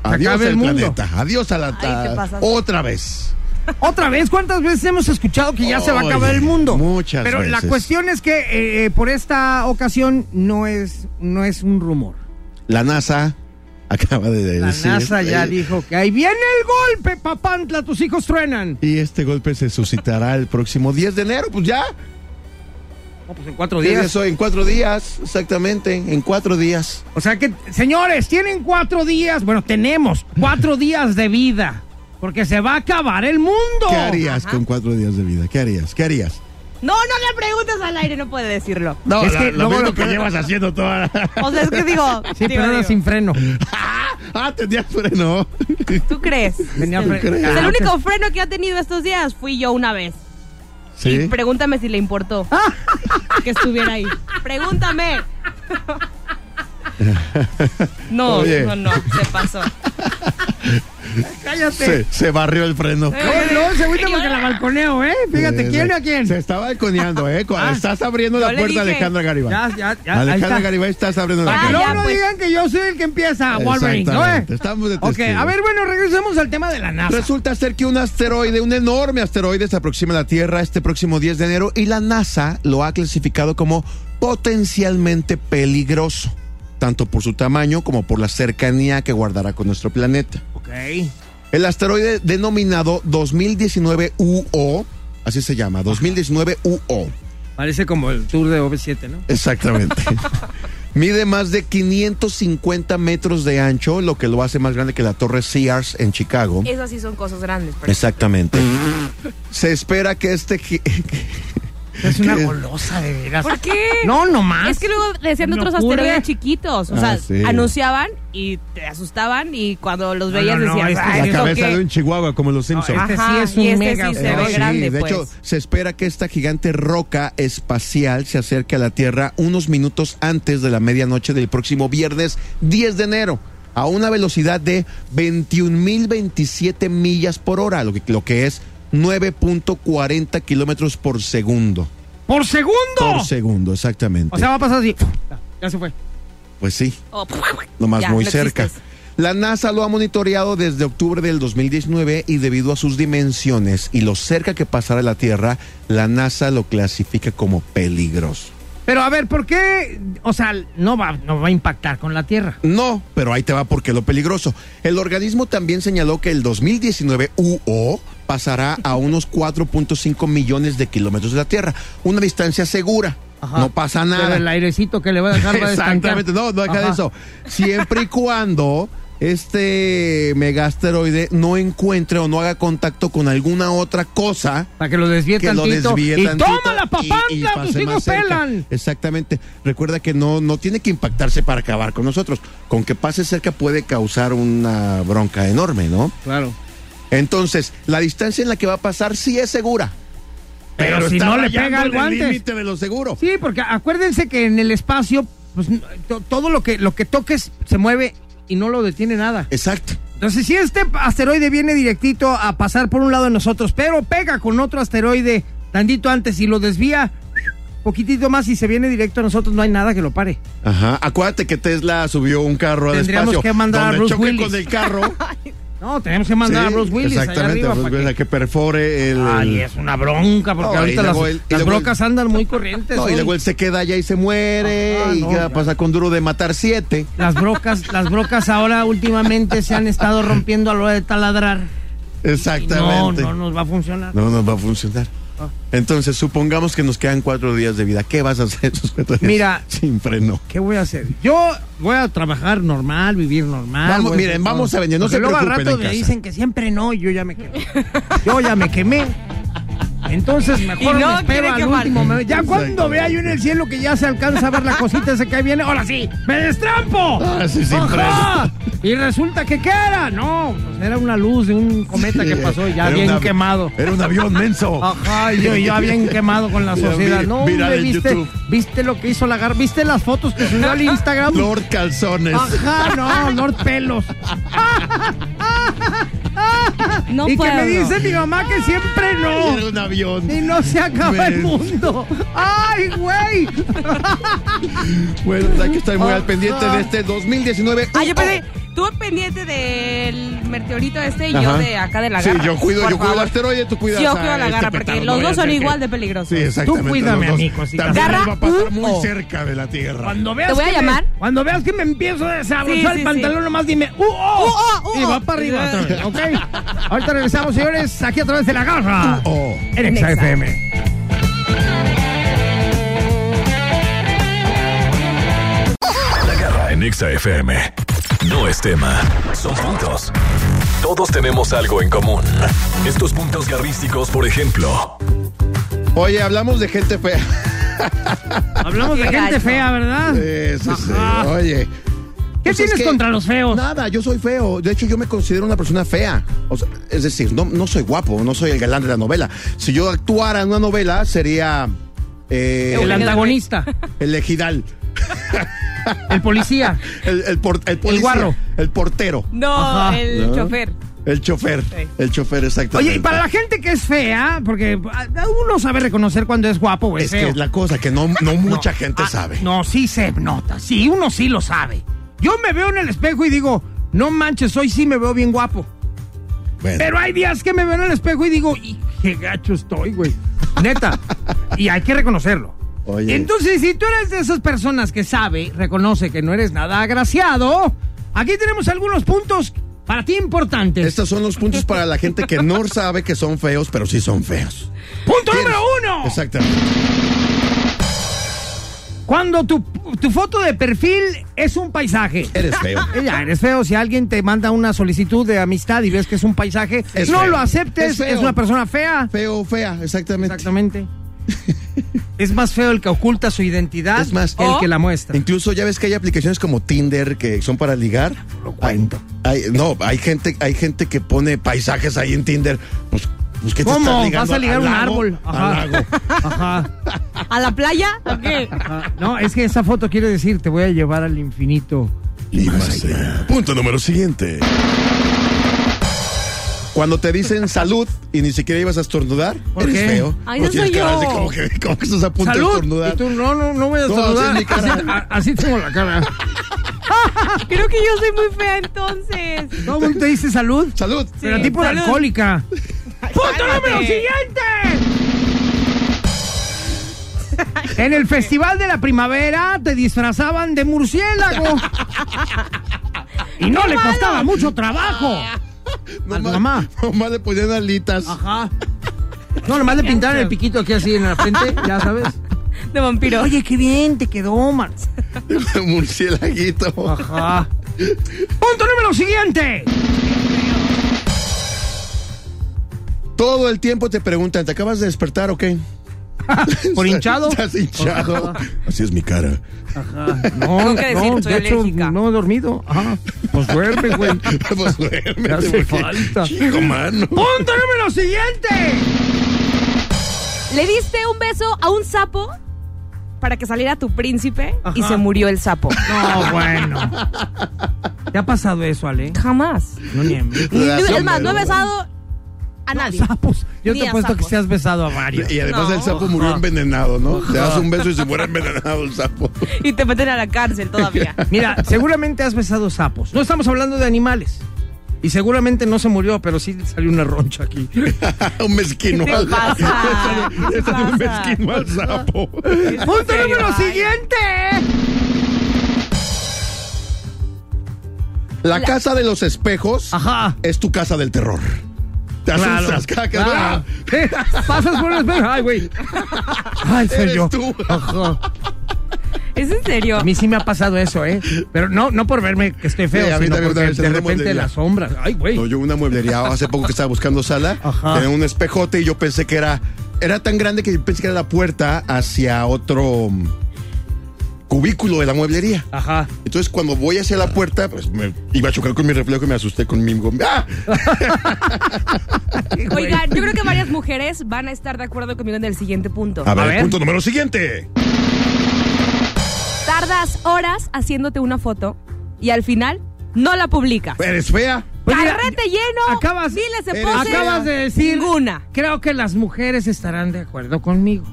Adiós
acabe
al
el mundo.
planeta. Adiós a la...
Ay, te pasaste.
otra vez.
Otra vez, ¿cuántas veces hemos escuchado que ya se va a
Oye,
acabar el mundo?
muchas
Pero la
veces.
cuestión es que eh, eh, por esta ocasión no es, no es un rumor.
La NASA acaba de
La
decir...
NASA ya
eh,
dijo que ahí viene el golpe, papantla, tus hijos truenan.
Y este golpe se suscitará el próximo 10 de enero, pues ya.
No, pues en cuatro
¿Qué es
días.
eso? En cuatro días, exactamente, en cuatro días.
O sea que, señores, tienen cuatro días, bueno, tenemos cuatro días de vida, porque se va a acabar el mundo.
¿Qué harías con cuatro días de vida? ¿Qué harías? ¿Qué harías?
No, no le preguntas al aire, no puede decirlo.
No,
Es que luego lo que-
haciendo toda la...
O sea, es que digo.
Sí,
digo,
pero era
digo,
sin freno.
Ah, tenías freno.
¿Tú crees?
Tenía
Es que-
freno.
es Pues el
Ah,
único freno que ha tenido estos días fui yo una vez.
Sí.
Y pregúntame si le importó que estuviera ahí. Pregúntame. No,
Oye.
no, no, se pasó.
Cállate.
Se, se barrió el freno.
Oye, no, se agüita porque la balconeo, ¿eh? Fíjate, ¿quién o a quién? Ah.
Se está balconeando, ¿eh? Cuando Estás abriendo
Yo
la
le
puerta a
dije.
Alejandra Garibay.
Ya, ya, ya. ahí
Alejandra
está.
Garibay, estás abriendo la
Ah,
Que
puerta.
luego
ya,
no
pues.
digan que yo soy el que empieza, Wolverine, ¿no? eh?
Exactamente, estamos de
Ok,
testigos.
a ver, bueno, regresemos al tema de la NASA.
Resulta ser que un asteroide, un enorme asteroide, se aproxima a la Tierra este próximo 10 de enero y la NASA lo ha clasificado como potencialmente peligroso, tanto por su tamaño como por la cercanía que guardará con nuestro planeta.
ok.
El asteroide denominado 2019 UO, así se llama, 2019 UO.
Parece como el tour de OV7, ¿no?
Exactamente. Mide más de 550 metros de ancho, lo que lo hace más grande que la Torre Sears en Chicago.
Esas sí son cosas grandes. pero-
Exactamente. Se espera que este gi-
Es una golosa de veras.
¿Por qué?
No, nomás.
Es que luego decían de
¿Me
otros
ocurre?
asteroides chiquitos. O
Ah,
sea,
sí.
anunciaban y te asustaban y cuando los
No,
veías
no, no,
decías,
este
"Ay,
es
la
¿esto
cabeza
qué?".
de un chihuahua como los Simpsons.
Este sí
Ajá,
es un
y este
mega
sí se
asteroide.
ve grande,
de
pues.
hecho, se espera que esta gigante roca espacial se acerque a la Tierra unos minutos antes de la medianoche del próximo viernes 10 de enero, a una velocidad de 21.027 millas por hora, lo que, lo que es 9.40 kilómetros por segundo.
¡Por segundo!
Por segundo, exactamente.
o sea, va a pasar así. Ya se fue.
pues sí.
Oh,
nomás
ya,
muy
no
cerca.
existes.
La NASA lo ha monitoreado desde octubre del 2019 y debido a sus dimensiones y lo cerca que pasará la Tierra, la NASA lo clasifica como peligroso.
Pero a ver, ¿por qué? O sea, no va, no va a impactar con la Tierra.
No, pero ahí te va porque lo peligroso. El organismo también señaló que el 2019 UO pasará a unos 4.5 millones de kilómetros de la Tierra, una distancia segura.
Ajá.
No pasa nada.
Pero el airecito que le va a dejar va a estancar.
Exactamente, no, no deja de
Ajá.
eso. Siempre y cuando este megasteroide no encuentre o no haga contacto con alguna otra cosa
Para que lo desvíe
que lo
tantito.
desvíe
y
tantito
toma la
y- y
papanta, tus
pase más
hijos
cerca.
pelan.
Exactamente. Recuerda que no, no tiene que impactarse para acabar con nosotros. Con que pase cerca puede causar una bronca enorme, ¿no?
Claro.
Entonces, la distancia en la que va a pasar sí es segura.
Pero si
está
no le pega
rayando en
al guante.
El límite de lo seguro.
Sí, porque acuérdense que en el espacio, pues n- to- todo lo que, lo que toques se mueve y no lo detiene nada.
Exacto.
Entonces, si este asteroide viene directito a pasar por un lado de nosotros, pero pega con otro asteroide tantito antes y lo desvía poquitito más y se viene directo a nosotros, no hay nada que lo pare.
Ajá, acuérdate que Tesla subió un carro al
Tendríamos
espacio.
que mandar a
donde
Bruce
choque
Willis.
con el carro.
No, tenemos que mandar
Sí,
a Bruce Willis allá
Exactamente,
arriba
Bruce
para que- Ah,
Willis, la que perfore el.
Ay, es una bronca, porque
No, y
ahorita las,
luego él- y
las
luego él-
brocas andan muy corrientes.
No, y
hoy.
luego él se queda allá y se muere.
Ah,
¿Y
no,
qué va a
ya.
pasar con Duro de Matar siete?
Las brocas, las brocas ahora últimamente se han estado rompiendo a lo de taladrar. Y no,
Exactamente.
no nos va a funcionar.
No nos va a funcionar.
Ah.
Entonces, supongamos que nos quedan cuatro días de vida. ¿Qué vas a hacer esos cuatro días?
Mira.
Sin freno.
¿Qué voy a hacer? Yo voy a trabajar normal, vivir normal.
Vamos,
voy
miren,
hacer
vamos
todo.
a venir, no
Porque
se
luego al
preocupen
rato
en
me
casa.
dicen que siempre no, y yo ya me quemé. Yo ya me quemé. Entonces mejor
Y no
me espero
quiere
al
quemar.
último momento. Ya cuando vea yo en el cielo que ya se alcanza a ver la cosita esa que ahí viene, ahora sí, me destrampo.
Ah, sí, sí,
Ajá. Y resulta que ¿qué era? No, pues era una luz de un cometa que pasó ya
Era
bien
un avi-
quemado.
Era un avión menso.
Ajá, y yo ya bien quemado con la
Mira,
sociedad.
vi-
No,
viral
hombre,
en
viste,
YouTube.
viste lo que hizo la gar, viste las fotos que subió al Instagram.
Lord Calzones.
Ah, Ajá, no, Lord Pelos.
No
y
puedo.
que me dice mi mamá que siempre no.
Era un avión.
Y no se acaba el mundo. ¡Ay, güey!
Bueno, hay que estar muy al pendiente
Ah.
de este 2019.
Ah, yo pensé, tú pendiente del meteorito este y yo
Ajá.
de acá de la
Sí,
garra.
yo cuido,
Por
yo cuido el
favor.
asteroide, tú cuidas
Sí, yo
a
cuido a la
este
garra, porque los
petardo, no
dos
vaya a
son
ser que-
igual de peligrosos.
Sí, exactamente.
Tú cuídame
los dos.
a mí, cosita.
También
Garra
él va a pasar muy
uno.
cerca de la Tierra.
Cuando veas
Te voy a
que
llamar.
me- cuando veas que me empiezo a
Sí,
desabrochar
sí,
el pantalón,
sí.
nomás dime ¡Uh, oh!
¡Uh, oh, uh,
y va
oh!
para arriba otra vez, ¿ok? Ahorita regresamos, señores, aquí a través de la garra.
Oh.
En
En
Exa
Exa.
FM.
La garra en Exa FM. No es tema, son puntos. Todos tenemos algo en común. Estos puntos garrísticos, por ejemplo.
Oye, hablamos de gente fea.
Hablamos de
Qué
gente
gacho.
fea, ¿verdad?
Sí, sí, sí.
Ajá.
Oye.
¿Qué
Pues es
tienes
que-
contra los feos?
Nada, yo soy feo. De hecho, yo me considero una persona fea. O sea, es decir, no, no soy guapo, no soy el galán de la novela. Si yo actuara en una novela, sería eh,
El
el,
antagonista.
el ejidal.
El policía.
El, el, por- el policía,
guarro.
El portero.
No,
Ajá.
el
¿No?
chofer.
El chofer.
Sí.
El chofer, exactamente.
Oye, y para la gente que es fea, porque ah, uno sabe reconocer cuando es guapo o es,
Es que
feo.
es la cosa que no, no mucha
No,
gente
ah,
sabe.
No, sí se nota. Sí, uno sí lo sabe. Yo me veo en el espejo y digo, no manches, hoy sí me veo bien guapo.
Bueno,
Pero hay días que me veo en el espejo y digo, "Y qué gacho estoy, güey. Neta. y hay que reconocerlo.
Oye.
Entonces, si tú eres de esas personas que sabe, reconoce que no eres nada agraciado, aquí tenemos algunos puntos para ti importantes.
estos son los puntos para la gente que no sabe que son feos, pero sí son feos.
Punto número uno.
Exactamente.
Cuando tu, tu foto de perfil es un paisaje.
Eres feo.
Eh, Ya eres feo. Si alguien te manda una solicitud de amistad y ves que es un paisaje,
Es
no
feo.
lo aceptes.
Es
Es,
feo.
una persona fea.
Feo, fea, exactamente.
Exactamente. es más feo el que oculta su identidad
Es más-
que el
O-
que la muestra.
Incluso ya ves que hay aplicaciones como Tinder que son para ligar.
Lo cuento.
Hay- no, hay gente, hay gente que pone paisajes ahí en Tinder. Pues, pues ¿qué te
¿Cómo?
estás ligando?
Vas a ligar
¿Al
un
lago?
árbol.
Al lago.
Ajá.
¿A la playa? ¿O qué?
Ah, No, es que esa foto quiere decir te voy a llevar al infinito.
Y más allá. Punto número siguiente. Cuando te dicen salud y ni siquiera ibas a estornudar,
¿Por
eres
qué?
feo.
Ay, no
Pues tienes
soy
caras
yo.
de Como que, como que estás a punto de
Salud.
estornudar.
Y tú no, no, no voy a
No,
saludar.
así es mi cara.
Así, a- así tengo la cara.
Creo que yo soy muy fea entonces.
Todo el mundo te dice salud.
Salud.
Pero a ti por
Salud.
alcohólica. ¡Punto
cálmate.
número siguiente! En el festival de la primavera te disfrazaban de murciélago. Y no le costaba mucho trabajo. a tu
Nomás-
mamá. Ah.
Nomás le ponían alitas.
Ajá. No, nomás le pintaron el piquito aquí así en la frente, ya sabes.
De vampiro.
Oye, qué bien te quedó, man.
Murcielaguito.
Ajá. Punto número siguiente.
Todo el tiempo te preguntan, ¿te acabas de despertar o qué?
¿Por hinchado?
Estás hinchado.
Ajá.
Así es mi cara.
No,
Tengo que decir,
no,
soy
de hecho,
alérgica.
no he dormido. Ajá. Pues duerme, güey.
Pues duérmete,
Te hace
porque-
falta.
Chico, mano.
Punto número siguiente.
¿Le diste un beso a un sapo para que saliera tu príncipe y
Ajá.
se murió el sapo?
No, bueno. ¿Te ha pasado eso, Ale?
Jamás.
No ni a mí.
Ni-
Relación
es más, no he
de-
besado a nadie.
Sapos. Yo
Ni
te
a
apuesto que
sapos.
te has besado a varios.
Y además
No.
el sapo murió envenenado, ¿no? Te das un beso y se muere envenenado el sapo.
Y te meten a la cárcel todavía.
Mira, seguramente has besado sapos. No estamos hablando de animales. Y seguramente no se murió, pero sí salió una roncha aquí.
un mezquino
¿Qué te
al
pasa? ¿Qué te
Ese es un
pasa?
mezquino al sapo.
¡Punto
serio?
número
Ay.
siguiente!
La casa de los espejos
Ajá.
es tu casa del terror. Te asustas cada que-
claro.
¡Ah!
Eh, Pasas por un espejo. Ay, güey. Ay, soy
Eres
yo.
tú.
Ajá.
¿Es en serio?
A mí sí me ha pasado eso, ¿eh? Pero no, no por verme que estoy feo,
Sí, a mí
sino
también
porque
una vez
de
en una
repente
moldería.
las sombras. Ay, güey.
No, yo una mueblería hace poco que estaba buscando sala,
Ajá.
tenía un espejote y yo pensé que era era tan grande que yo pensé que era la puerta hacia otro mm, cubículo de la mueblería.
Ajá.
Entonces cuando voy hacia la puerta, pues me iba a chocar con mi reflejo y me asusté con mi ¡Ah!
Oigan, yo creo que varias mujeres van a estar de acuerdo conmigo en el siguiente punto.
A ver,
ver.
punto número siguiente.
Tardas horas haciéndote una foto y al final no la publicas.
Eres fea.
Pues mira,
Carrete lleno,
acabas-
miles de
eres-
poses,
Acabas de decir.
ninguna.
Creo que las mujeres estarán de acuerdo conmigo.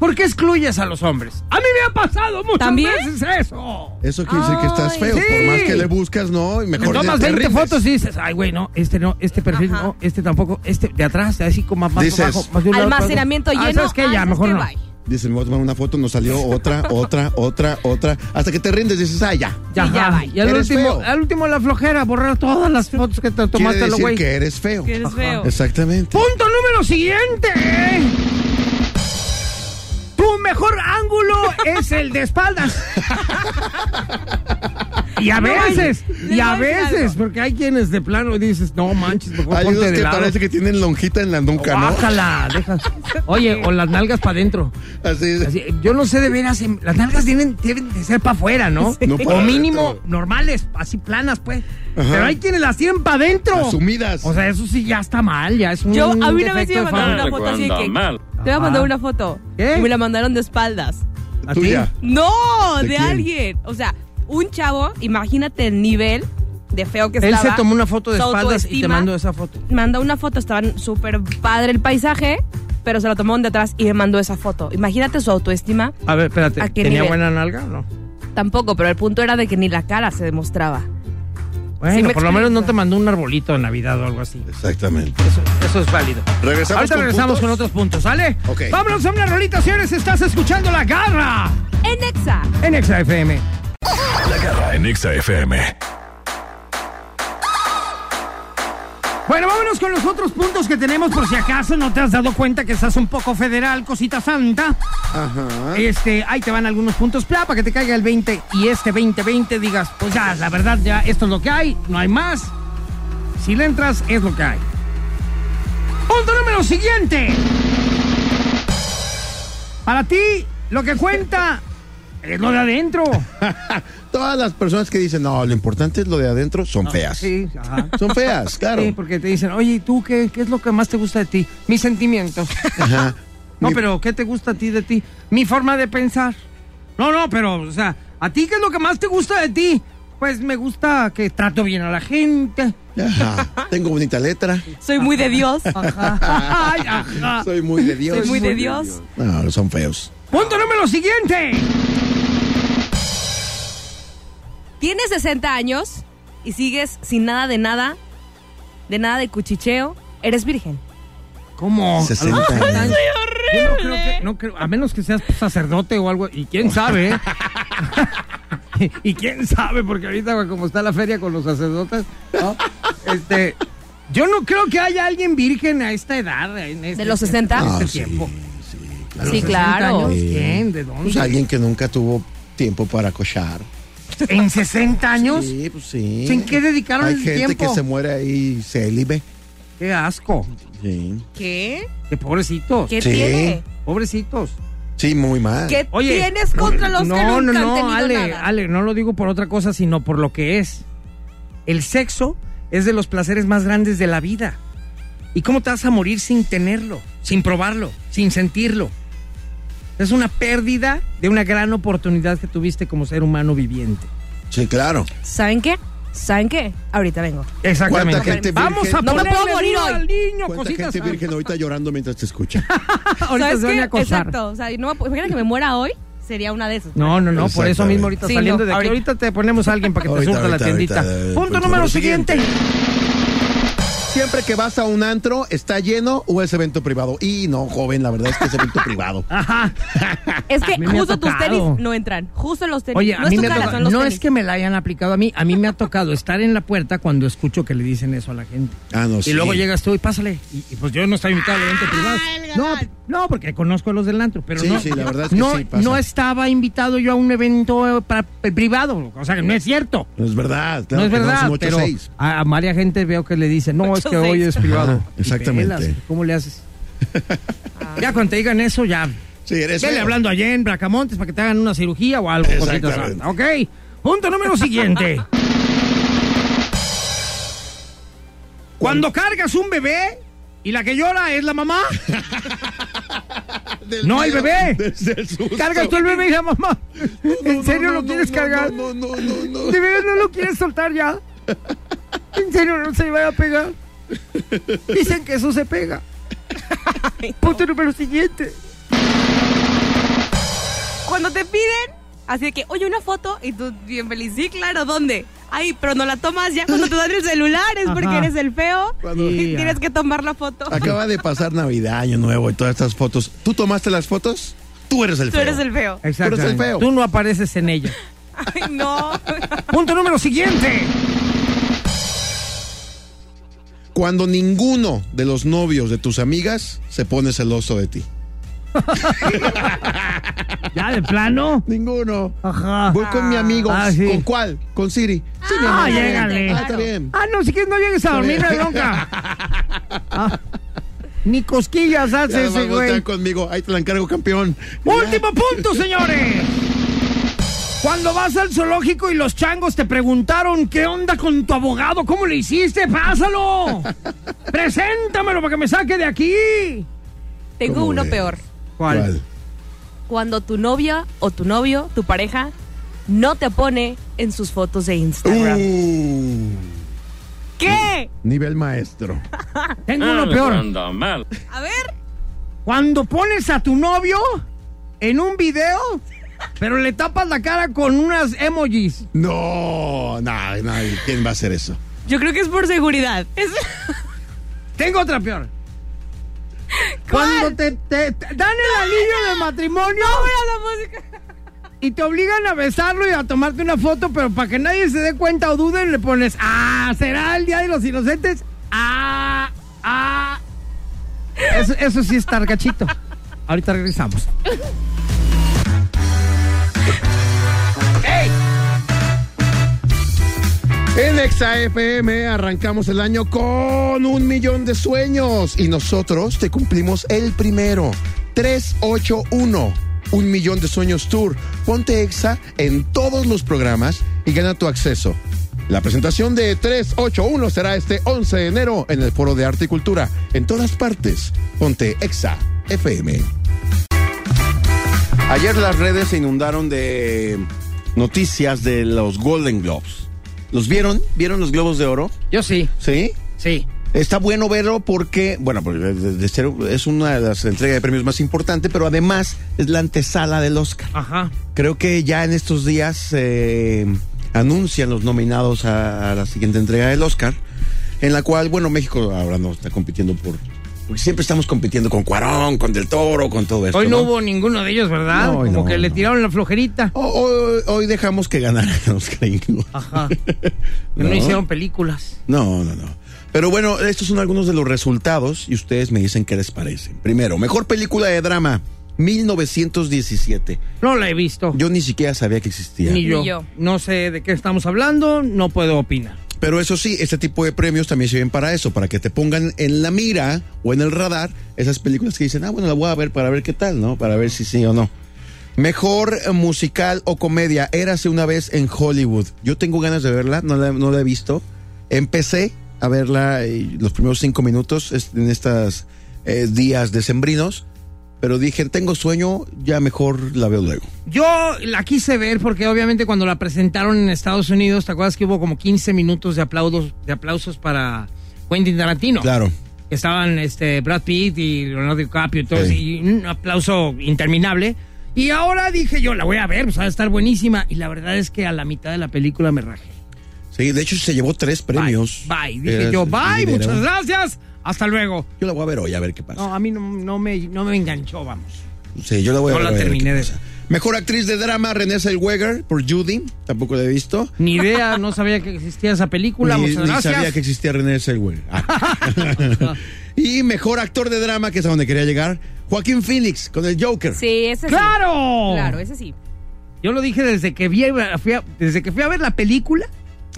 ¿Por qué excluyes a los hombres? A mí me ha pasado muchas
¿También?
veces eso.
Eso quiere decir que estás
Ay,
feo. Por
sí.
más que le buscas, no, y
Te
mejor
tomas
te
20
rindes.
fotos y dices, ay, güey, no, este no, este perfil
Ajá.
no, este tampoco, este de atrás, así como más
Dices,
abajo. Más de un lado para otro.
Almacenamiento
Ah,
lleno.
¿Sabes qué? Ya,
ah,
mejor
que
no.
bye.
Dices, me voy a tomar una foto, no salió otra, otra, otra, otra. Hasta que te rindes, dices, ah, ya.
Ya,
Y ya,
ajá.
bye.
y al
Eres
último,
feo.
al último la flojera, borrar todas las fotos que te
Quiere
tomaste, lo
decir
güey.
que eres feo.
Que eres feo.
Exactamente.
Punto número siguiente. Tu mejor ángulo es el de espaldas. Y a veces,
manches.
y a
Les voy a decir
veces,
algo.
porque hay quienes de plano dices, no manches, mejor
Hay unos
ponte de
que
lado.
parece que tienen lonjita en la nuca, ¿no?
Bájala, deja. Oye, o las nalgas para adentro.
Así.
Así, yo no sé de veras, em, las nalgas tienen, deben de ser para afuera, ¿no?
No para
o mínimo
adentro.
normales, así planas, pues.
Ajá.
Pero hay quienes las tienen para adentro.
Asumidas.
O sea, eso sí ya está mal, ya es un
Yo, a mí una vez
defecto
sí me
de
mandaron
fama.
una foto así de que. Te voy a
Ajá.
mandar una foto.
¿Qué?
Y me la mandaron de espaldas.
¿A ti?
Tuya.
No,
¿De
de,
quién?
alguien. O sea, un chavo, imagínate el nivel de feo que
Él
estaba.
se tomó una foto de
su
espaldas y te
autoestima.
mando esa foto.
Manda una foto, estaban súper padre el paisaje, pero se lo tomó de atrás y me mandó esa foto. Imagínate su autoestima.
A ver, espérate.
¿A qué
¿Tenía
nivel?
buena nalga o no?
Tampoco, pero el punto era de que ni la cara se demostraba.
Bueno,
Sí me
por lo menos no
explico.
te mandó un arbolito de Navidad o algo así.
Exactamente.
Eso, eso es válido.
Regresamos
Ahorita
con
regresamos
puntos.
con otros puntos, ¿sale?
Ok.
Vámonos a una rolita, señores. Estás escuchando La Garra
En Exa.
en Exa FM.
La garra en Exa FM.
Bueno, vámonos con los otros puntos que tenemos por si acaso no te has dado cuenta que estás un poco federal, cosita santa. Ajá. Este, ahí te van algunos puntos pla, para que te caiga el 20 y este 2020 digas, pues ya, la verdad, ya esto es lo que hay, no hay más. Si le entras, es lo que hay. Punto número siguiente. Para ti, lo que cuenta es lo de adentro.
Todas las personas que dicen, no, lo importante es lo de adentro, son feas.
Ah, Sí, ajá.
Son feas, claro.
Sí, porque te dicen, oye, ¿y tú qué, qué es lo que más te gusta de ti? Mis sentimientos.
Ajá.
No,
Mi-
pero ¿qué te gusta a ti de ti? Mi forma de pensar. No, no, pero, o sea, ¿a ti qué es lo que más te gusta de ti? Pues me gusta que trato bien a la gente.
Ajá. Tengo bonita letra.
Soy muy de Dios.
Ay, ajá.
Soy muy de Dios.
Soy muy de Dios.
No, son feos.
Punto número siguiente.
Tienes 60 años y sigues sin nada de nada, de nada de cuchicheo. Eres virgen.
¿Cómo?
60
A los
años.
años. Yo no creo que- no creo- a menos que seas sacerdote o algo, y quién sabe, ¿eh? y, y quién sabe, porque ahorita güey, como está la feria con los sacerdotes, ¿no? este, yo no creo que haya alguien virgen a esta edad, en este,
¿De los 60?
en este
Ah, sí,
tiempo.
claro.
Sí, claro.
años? ¿Quién? ¿De dónde?
Pues alguien que nunca tuvo tiempo para cochar.
¿En 60 años?
Sí, pues sí.
¿En qué dedicaron
Hay
el
gente
tiempo?
que se muere ahí célibe.
Qué asco.
Sí.
¿Qué?
Qué pobrecitos.
¿Qué
Sí.
tiene?
Pobrecitos.
Sí, muy mal.
¿Qué
Oye,
tienes contra los que
No,
nunca
no,
han tenido
no, Ale,
nada?
Ale, no lo digo por otra cosa, sino por lo que es. El sexo es de los placeres más grandes de la vida. ¿Y cómo te vas a morir sin tenerlo, sin probarlo, sin sentirlo? Es una pérdida de una gran oportunidad que tuviste como ser humano viviente.
Sí, claro.
¿Saben qué? ¿Saben qué? Ahorita vengo.
Exactamente. ¿Cuánta gente
Vamos
virgen?
a
No me
ponerle
puedo morir
duro
hoy.
al niño,
¿Cuánta
cositas.
gente virgen ahorita llorando mientras te escucha?
Ahorita
¿Sabes
se van
qué?
a acosar.
Exacto. O sea, no me- imagina que me muera hoy, sería una de esas.
No, no, no, por eso
Exactamente.
mismo ahorita
Sí,
saliendo
no,
de aquí.
ahorita.
Ahorita te ponemos a alguien para que te
Ahorita,
surta la
ahorita,
tiendita.
ahorita, eh,
Punto número siguiente.
Siempre que vas a un antro, ¿está lleno o es evento privado? Y no, joven, la verdad es que es evento privado.
Ajá.
Es que
A mí me ha
justo tus
tocado.
tenis no entran. Justo los tenis.
Oye,
no
a mí
es tu
me ha
cara,
tocado-
son los
no
tenis.
es que me la hayan aplicado a mí, a mí me ha tocado estar en la puerta cuando escucho que le dicen eso a la gente.
Ah, no,
y
sí.
luego llegas tú y pásale. Y, y pues yo no estaba invitado al
Ah,
evento privado. No, no, porque conozco a los del antro, pero
Sí,
no,
sí, la verdad es que
no,
sí pasa.
no estaba invitado yo a un evento eh, para, privado, o sea, que no es cierto.
No es verdad. claro
no es
que
verdad,
son ocho,
pero
seis.
a, a varias gente veo que le dicen, no, es que
8-6.
hoy es privado.
Ajá,
Y
exactamente.
pelas, ¿Cómo le haces? ya cuando te digan eso, ya.
Sí, eres
Vele
feo.
hablando allá en Bracamontes para que te hagan una cirugía o algo. cositas
Exactamente.
raras. Ok, punto número siguiente. Cuando cargas un bebé y la que llora es la mamá,
Del
no el
miedo,
bebé.
desde el susto.
Cargas tú el bebé y la mamá. ¿En serio
No,
lo
no,
quieres
no,
cargar?
No, no, no, no.
¿De veras no lo quieres soltar ya? ¿En serio no se va a pegar? Dicen que eso se pega. Punto número siguiente.
Cuando te piden, así de que, oye, una foto, y tú bien feliz. Sí, claro, ¿dónde? Ay, pero no la tomas ya cuando te dan el celular, es
Ajá.
porque eres el feo.
Cuando-
y
Sí,
tienes
ah.
que tomar la foto.
Acaba de pasar Navidad, Año Nuevo y todas estas fotos. ¿Tú tomaste las fotos? Tú eres el
Tú
feo.
eres el feo.
Exacto.
Pero es el feo.
Tú no apareces en ella.
Ay, no.
Punto número siguiente.
Cuando ninguno de los novios de tus amigas se pone celoso de ti.
Ya de plano.
Ninguno.
Ajá.
Voy con mi amigo.
Ah, sí.
¿Con cuál? Con Siri. Sí, mi
Ah,
amigo.
llégale.
Ah, está bien.
Ah, no, si quieres no llegues a dormir, no hay bronca. Ah, ni cosquillas
Ya
hace
nomás
ese
voltean
güey.
conmigo. Ahí te la encargo, campeón.
Último punto, señores. Cuando vas al zoológico y los changos te preguntaron qué onda con tu abogado, cómo le hiciste, pásalo. Preséntamelo para que me saque de aquí.
Tengo
¿Cómo
uno
ves?
peor.
¿Cuál?
cuando tu novia o tu novio, tu pareja, no te pone en sus fotos de
Uh.
Instagram.
Uh.
¿Qué?
Nivel maestro.
Tengo uno peor.
mal.
A ver,
Cuando pones a tu novio en un video, pero le tapas la cara con unas emojis.
No, no, no, ¿quién va a hacer eso?
yo creo que es por seguridad. Es-
Tengo otra peor. Cuando te, te- te dan el anillo de matrimonio
Mira la música.
y te obligan a besarlo y a tomarte una foto, pero para que nadie se dé cuenta o dude, le pones, ah, será el Día de los Inocentes. Ah, ah. Eso, eso sí es targachito. Ahorita regresamos.
En Exa FM arrancamos el año con un millón de sueños y nosotros te cumplimos el primero. 381, un millón de sueños tour. Ponte Exa en todos los programas y gana tu acceso. La presentación de 381 será este 11 de enero en el Foro de Arte y Cultura. En todas partes, ponte Exa FM. Ayer las redes se inundaron de noticias de los Golden Globes. ¿Los vieron? ¿Vieron los Globos de Oro?
Yo sí,
Sí.
sí.
Está bueno verlo porque, bueno, pues, de- de ser- es una de las entregas de premios más importantes, pero además es la antesala del Oscar.
Ajá.
Creo que ya en estos días eh, anuncian los nominados a, a la siguiente entrega del Oscar, en la cual, bueno, México ahora no está compitiendo por... Porque siempre estamos compitiendo con Cuarón, con Del Toro, con todo esto.
Hoy no hubo ninguno de ellos, ¿verdad?
No, hoy
Como
no,
que le
no.
tiraron la flojerita.
Hoy, hoy dejamos que ganaran los gringos.
Ajá. No,
No.
hicieron películas.
No, no, no. Pero bueno, estos son algunos de los resultados y ustedes me dicen qué les parecen. Primero, mejor película de drama, 1917.
No la he visto.
Yo ni siquiera sabía que existía.
Ni yo.
Ni yo.
No sé de qué estamos hablando, no puedo opinar.
Pero eso sí, este tipo de premios también sirven para eso, para que te pongan en la mira o en el radar esas películas que dicen, ah, bueno, la voy a ver para ver qué tal, ¿no? Para ver si sí o no. Mejor eh, musical o comedia, Érase una vez en Hollywood. Yo tengo ganas de verla, no la, no la he visto. Empecé a verla eh, los primeros cinco minutos es- en estos días decembrinos, pero dije, tengo sueño, ya mejor la veo luego.
Yo la quise ver porque obviamente cuando la presentaron en Estados Unidos, ¿te acuerdas que hubo como 15 minutos de aplausos, de aplausos para Quentin Tarantino?
Claro.
Que Estaban este, Brad Pitt y Leonardo DiCaprio y todos,
Sí.
y un aplauso interminable. Y ahora dije yo, la voy a ver, pues va a estar buenísima. Y la verdad es que a la mitad de la película me rajé.
Sí, de hecho se llevó tres premios.
Bye. bye. Dije
Era
yo,
el
bye,
dinero.
muchas gracias. Hasta luego.
Yo la voy a ver hoy, a ver qué pasa.
No, a mí no, no me, no me enganchó, vamos.
Sí, yo la voy a
No
ver,
la
a ver
terminé
qué
de
pasa.
ver.
Mejor actriz de drama, Renée Zellweger, por Judy. Tampoco la he visto.
Ni idea, no sabía que existía esa película.
ni,
muchas
ni
gracias.
sabía que existía Renée Zellweger. Ah. y mejor actor de drama, que es a donde quería llegar, Joaquín Phoenix, con el Joker.
Sí, ese sí.
¡Claro!
Claro, ese sí.
Yo lo dije desde que, vi, fui a- desde que fui a ver la película,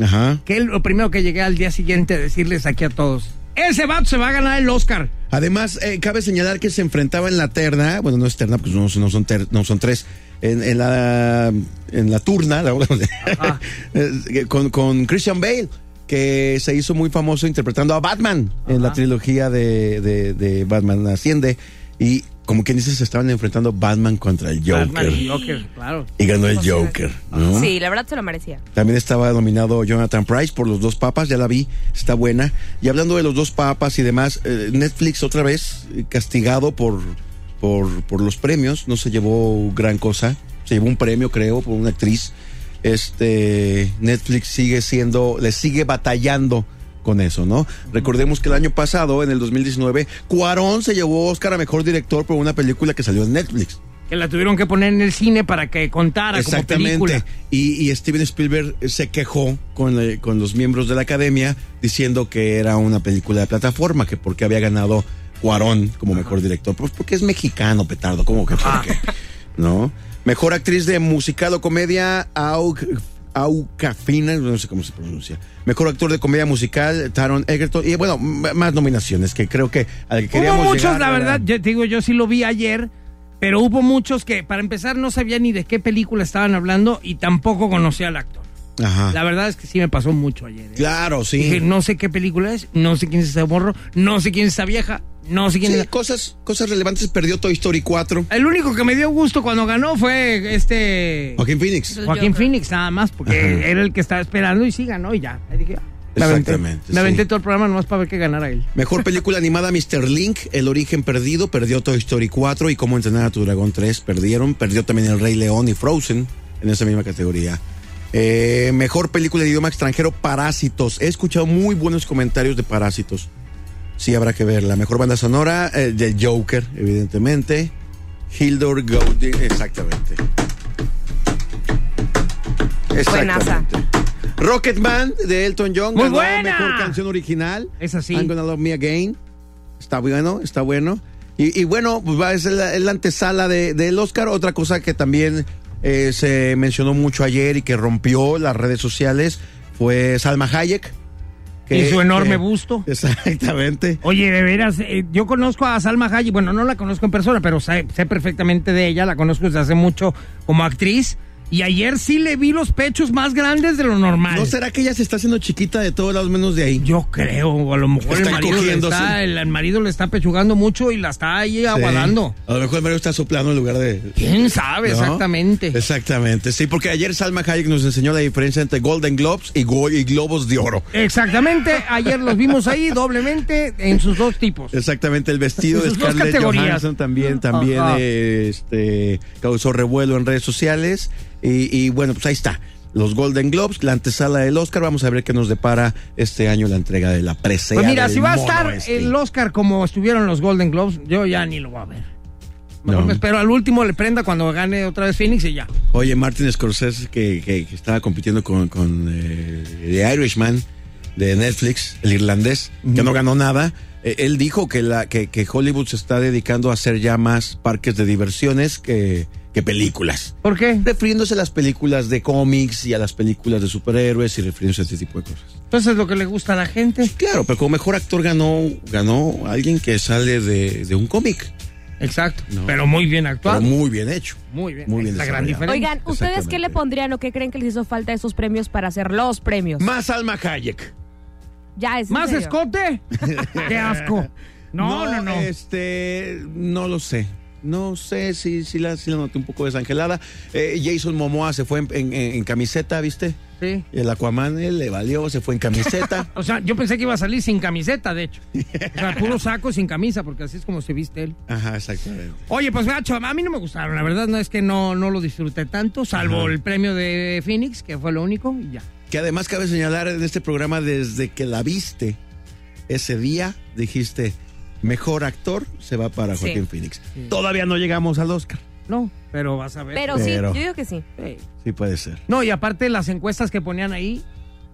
Ajá.
que es lo primero que llegué al día siguiente a decirles aquí a todos. Ese vato se va a ganar el Oscar.
Además, eh, cabe señalar que se enfrentaba en la terna, bueno, no es terna, porque no, no son, ter- no son tres, en, en la, en la turna, la- eh, con, con Christian Bale, que se hizo muy famoso interpretando a Batman en la trilogía de, de- de Batman Asciende. Y como quien dice, se estaban enfrentando Batman contra el Joker.
Batman y Joker, claro.
Y ganó el Joker. ¿no?
Sí, la verdad se lo merecía.
También estaba nominado Jonathan Price por Los Dos Papas, ya la vi, está buena. Y hablando de Los Dos Papas y demás, eh, Netflix otra vez eh, castigado por, por, por los premios, no se llevó gran cosa, se llevó un premio creo por una actriz. Este Netflix sigue siendo, le sigue batallando con eso, ¿no? Recordemos que el año pasado, en el 2019, Cuarón se llevó Oscar a Mejor Director por una película que salió en Netflix.
Que la tuvieron que poner en el cine para que contara como película.
Y, y Steven Spielberg se quejó con, eh, con los miembros de la academia diciendo que era una película de plataforma, que porque había ganado Cuarón como mejor director. Pues porque es mexicano, petardo, ¿cómo que
Ah.
por qué? ¿No? Mejor actriz de musical o comedia, Auk- Aukafina, no sé cómo se pronuncia. Mejor actor de comedia musical, Taron Egerton. Y bueno, m- más nominaciones, que creo que al que
Hubo
queríamos
muchos,
llegar
la
era-
verdad, yo te digo, yo sí lo vi ayer, pero hubo muchos que, para empezar, no sabía ni de qué película estaban hablando y tampoco conocía al actor.
Ajá.
La verdad es que sí me pasó mucho ayer. ¿eh?
Ah. Claro, sí.
Dije, no sé qué película es, no sé quién es ese morro, no sé quién es esa vieja, no sé quién
Sí,
es. la-
cosas, cosas relevantes perdió Toy Story 4.
El único que me dio gusto cuando ganó fue este
Joaquín Phoenix.
Joaquín
Joker.
Phoenix, nada más, porque
Ajá.
era el que estaba esperando y sí ganó y ya. Ahí dije, ah, me aventé-
Exactamente,
Me aventé
sí.
todo el programa nomás para ver que ganara él.
Mejor película animada Mr. Link, El origen perdido, perdió Toy Story 4 y Cómo entrenar a tu dragón 3, perdieron, perdió también El Rey León y Frozen en esa misma categoría. Eh, mejor película de idioma extranjero, Parásitos. He escuchado muy buenos comentarios de Parásitos. Sí, habrá que verla. Mejor banda sonora, eh, del Joker, evidentemente. Hildur Golding, exactamente. Exactamente. Rocketman de Elton John.
Muy
ganó
buena.
Mejor canción original.
Es así.
I'm Gonna Love Me Again. Está bueno, está bueno. Y, y bueno, pues va, es la, es la antesala de- del Oscar. Otra cosa que también eh, se mencionó mucho ayer y que rompió las redes sociales fue Salma Hayek.
Y su enorme busto.
Exactamente.
Oye, de veras, eh, yo conozco a Salma Hayek, bueno, no la conozco en persona, pero sé, sé perfectamente de ella, la conozco desde hace mucho como actriz. Y ayer sí le vi los pechos más grandes de lo normal.
¿No será que ella se está haciendo chiquita de todos lados menos de ahí?
Yo creo, o a lo mejor el
Está
marido, le
encogiéndose.
está, el, el marido le está pechugando mucho y la está ahí aguadando.
Sí. A lo mejor el Mario está soplando en lugar de.
¿Quién sabe
¿No?
exactamente?
Exactamente, sí, porque ayer Salma Hayek nos enseñó la diferencia entre Golden Globes y, go- y Globos de Oro.
Exactamente, ayer los vimos ahí doblemente en sus dos tipos.
Exactamente, el vestido de
Sus dos
Scarlett
categorías.
Johansson también, también
Ajá.
eh, este, causó revuelo en redes sociales. Y, y bueno, pues ahí está. Los Golden Globes, la antesala del Oscar. Vamos a ver qué nos depara este año la entrega de la presea.
Pues mira,
del
si va a
mono
estar
este.
el Oscar como estuvieron los Golden Globes, yo ya ni lo voy a ver. Mejor
No.
me espero al último, le prenda cuando gane otra vez Phoenix y ya.
Oye, Martin Scorsese, que, que- que estaba compitiendo con, con, eh, The Irishman de Netflix, el irlandés, que no ganó nada, eh, él dijo que, la, que, que Hollywood se está dedicando a hacer ya más parques de diversiones que, que películas.
¿Por qué?
Refiriéndose a las películas de cómics y a las películas de superhéroes y refiriéndose a este tipo de cosas. Pues
Entonces Pues lo que le gusta a la gente.
Claro, pero como mejor actor ganó, ganó alguien que sale de, de un cómic,
Exacto.
No.
Pero muy bien actuado.
pero
Muy,
muy bien hecho.
bien.
muy
Ahí
bien
está la gran
desarrollado.
diferencia.
Oigan, ¿ustedes qué
Exactamente.
le pondrían o qué creen que les hizo falta esos premios para hacer los premios?
Más Alma Hayek.
ya es. en
¿Más
serio.
escote? ¡Qué asco! No, no, no.
Este, no lo sé. No sé si, si, la, si la noté un poco desangelada. Eh, Jason Momoa se fue en, en- en- en camiseta, ¿viste?
Sí.
El Aquaman eh, le valió, se fue en camiseta.
O sea, yo pensé que iba a salir sin camiseta, de hecho. O sea, puro saco y sin camisa, porque así es como se viste él.
Ajá, exactamente.
Oye, pues gacho, a mí no me gustaron, la verdad no es que no, no lo disfruté tanto, salvo el premio de Phoenix, que fue lo único, y ya.
Que además cabe señalar en este programa, desde que la viste ese día, dijiste, mejor actor se va para
Sí.
Joaquín Phoenix. Todavía no llegamos al Oscar.
No, pero vas a ver.
Pero, sí,
Pero-
yo digo que sí.
Sí.
Sí, puede ser.
No, y aparte las encuestas que ponían ahí,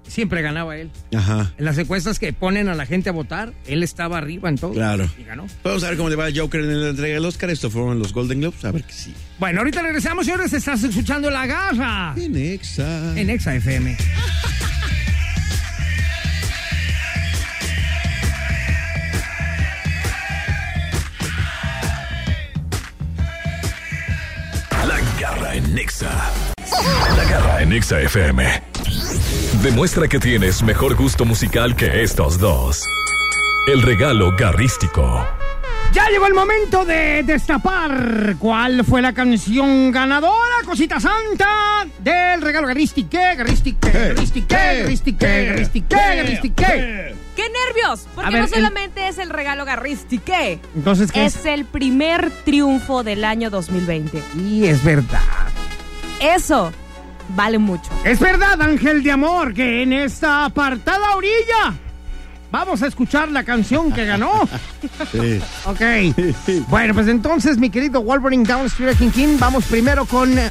siempre ganaba él.
Ajá.
En las encuestas que ponen a la gente a votar, él estaba arriba en todo.
Claro.
Y ganó.
Vamos a ver cómo le va a Joker en la entrega del Oscar. Esto fueron los Golden Globes. A ver que sí.
Bueno, ahorita regresamos, señores, estás escuchando La Garra
En Exa.
en Exa FM.
La garra en Nexa. La garra en Nexa FM. Demuestra que tienes mejor gusto musical que estos dos. El regalo garrístico.
Ya llegó el momento de destapar cuál fue la canción ganadora, cosita santa, del regalo Garistique, Garistique, Garistique, Garistique, Garistique, Garistique.
¡Qué nervios!
A
Porque
ver,
no
el-
solamente es el regalo garristique,
Entonces, ¿qué es?
es el primer triunfo del año 2020.
Y es verdad.
Eso vale mucho.
Es verdad, Ángel de Amor, que en esta apartada orilla vamos a escuchar la canción que ganó. Ok. Bueno, pues entonces, mi querido Wolverine Downstreet King King, vamos primero con eh,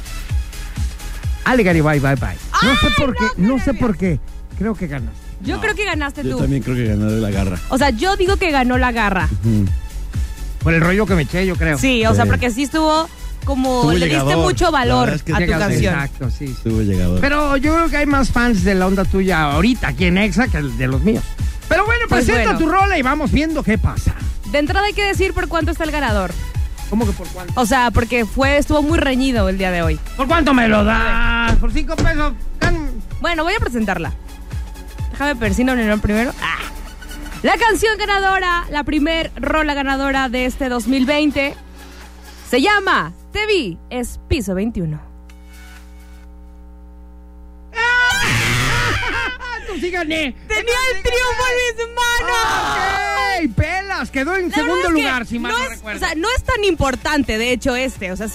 Allegory Bye Bye Bye. No sé por qué, no sé por qué. Creo que ganas.
Yo creo que ganaste
Yo
tú.
también creo que ganó la garra.
O sea, yo digo que ganó la garra.
Mm.
Por el rollo que me eché, yo creo.
Sí, o sea, porque sí estuvo como
Estuvo
le diste
llegador.
mucho valor
La verdad es que
a tu
Llegas-
canción.
Exacto, sí. sí.
Estuvo llegado.
Pero yo creo que hay más fans de la onda tuya ahorita aquí en Exa que de los míos. Pero bueno,
Pues
presenta
bueno.
tu rola y vamos viendo qué pasa.
De entrada hay que decir por cuánto está el ganador.
¿Cómo que por cuánto?
O sea, porque fue estuvo muy reñido el día de hoy.
¿Por cuánto me lo das? Por cinco pesos. Gan-
Bueno, voy a presentarla. Déjame persino primero. Ah. La canción ganadora, la primer rola ganadora de este 2020, se llama Te vi, es piso 21.
¡Tú sí gané!
Tenía el triunfo en mis manos.
¡Ey, pelas! Quedó en
La
segundo
verdad es que
lugar, si mal no,
es,
recuerdo.
O sea, no es tan importante, de hecho, este. O sea, es-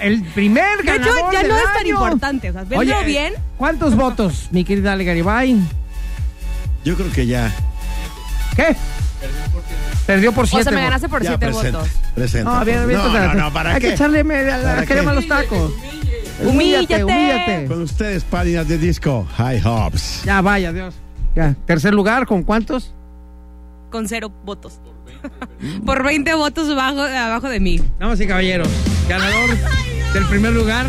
el primer
de hecho,
ganador
ya
del
no es tan
año.
importante. O sea, véndelo
Oye,
bien.
¿Cuántos votos, mi querida Ale Garibay?
Yo creo que ya.
¿Qué? Perdió por
O
siete.
sea, me
votos.
ganaste por
ya
siete
presenta,
votos.
presenta.
No, bien, bien,
no,
pues,
no, no, ¿para
Hay que
qué?
echarle media- la
¿Para
crema a
qué?
los tacos.
Humíllate.
humíllate.
Con ustedes, páginas de disco, High Hops.
Ya, vaya, Dios. Ya. Tercer lugar, ¿con cuántos?
Con cero votos. Por 20 votos bajo- abajo de mí.
Damas y caballeros, ganador del primer lugar,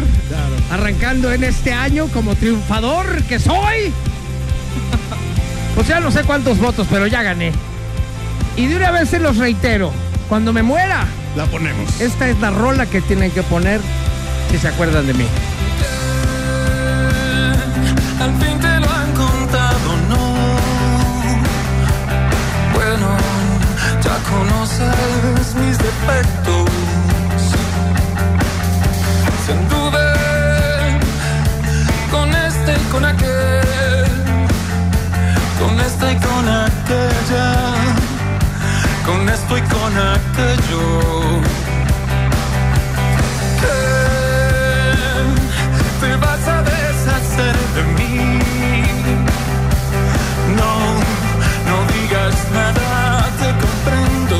arrancando en este año como triunfador que soy. O sea, no sé cuántos votos, pero ya gané. Y de una vez se los reitero, cuando me muera,
La ponemos.
esta es la rola que tienen que poner si se acuerdan de mí.
Al fin te lo han contado, no. Bueno, ya conoces mis defectos. Sin duda, con este y con aquel. Con este y con aquella. Con esto y con aquello. Que Te vas a deshacer de mí. No, no digas nada, te comprendo.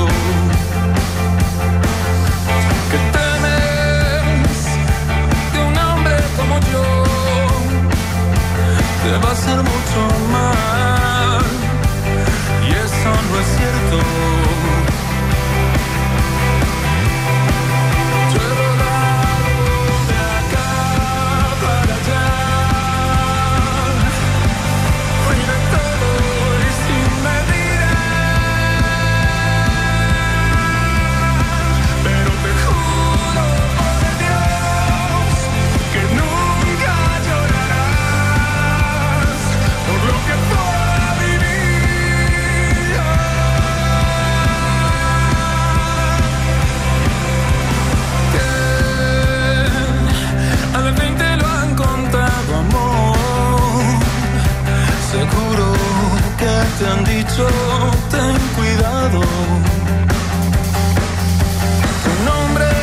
Que temes de un hombre como yo. Te va a hacer mucho mal. Y eso no es cierto. Yo he rodado de acá para allá, fui de todo y sin medida, pero te juro por Dios que nunca llorarás por lo que pueda vivir. Al fin te lo han contado, amor. Seguro que te han dicho, ten cuidado. Un hombre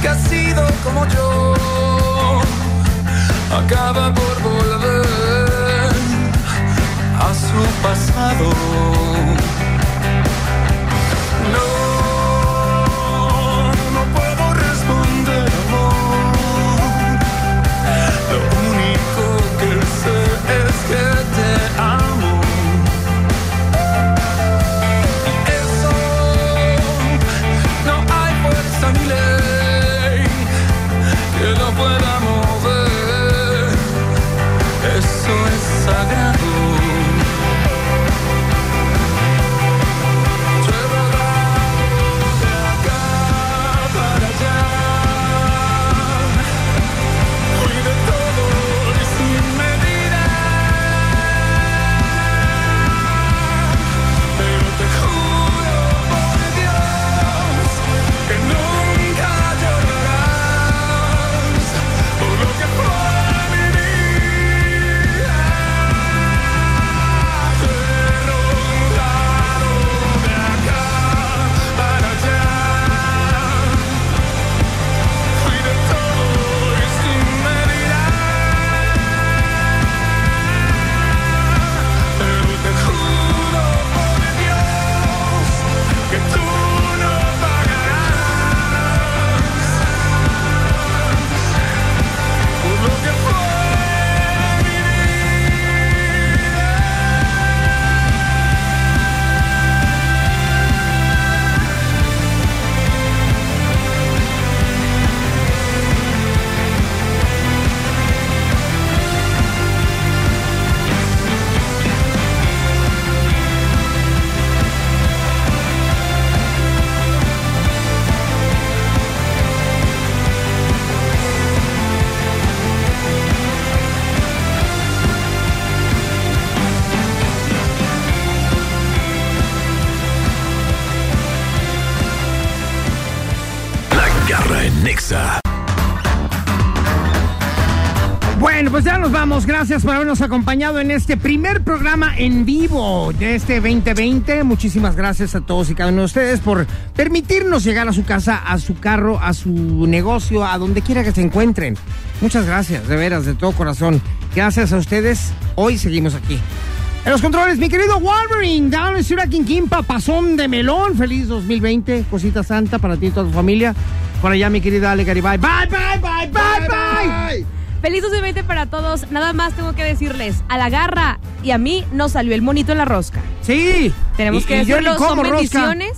que ha sido como yo acaba por volver a su pasado. No. No puedo responder amor Lo único que sé es que te amo Y eso no hay fuerza ni ley Que lo pueda mover
pues ya nos vamos. Gracias por habernos acompañado en este primer programa en vivo de este 2020. Muchísimas gracias a todos y cada uno de ustedes por permitirnos llegar a su casa, a su carro, a su negocio, a donde quiera que se encuentren. Muchas gracias, de veras, de todo corazón. Gracias a ustedes. Hoy seguimos aquí. En los controles, mi querido Wolverine, Down en Ciudad Quinquimpa, Pasón de Melón. Feliz 2020, cosita santa para ti y toda tu familia. Por allá, mi querida Ale Garibay. Bye, bye, bye, bye, bye.
Feliz 2020 para todos. Nada más tengo que decirles, a la garra y a mí nos salió el monito en la rosca.
Sí.
Tenemos
Y-
que
y yo ni
decirlo, son
como rosca.
bendiciones.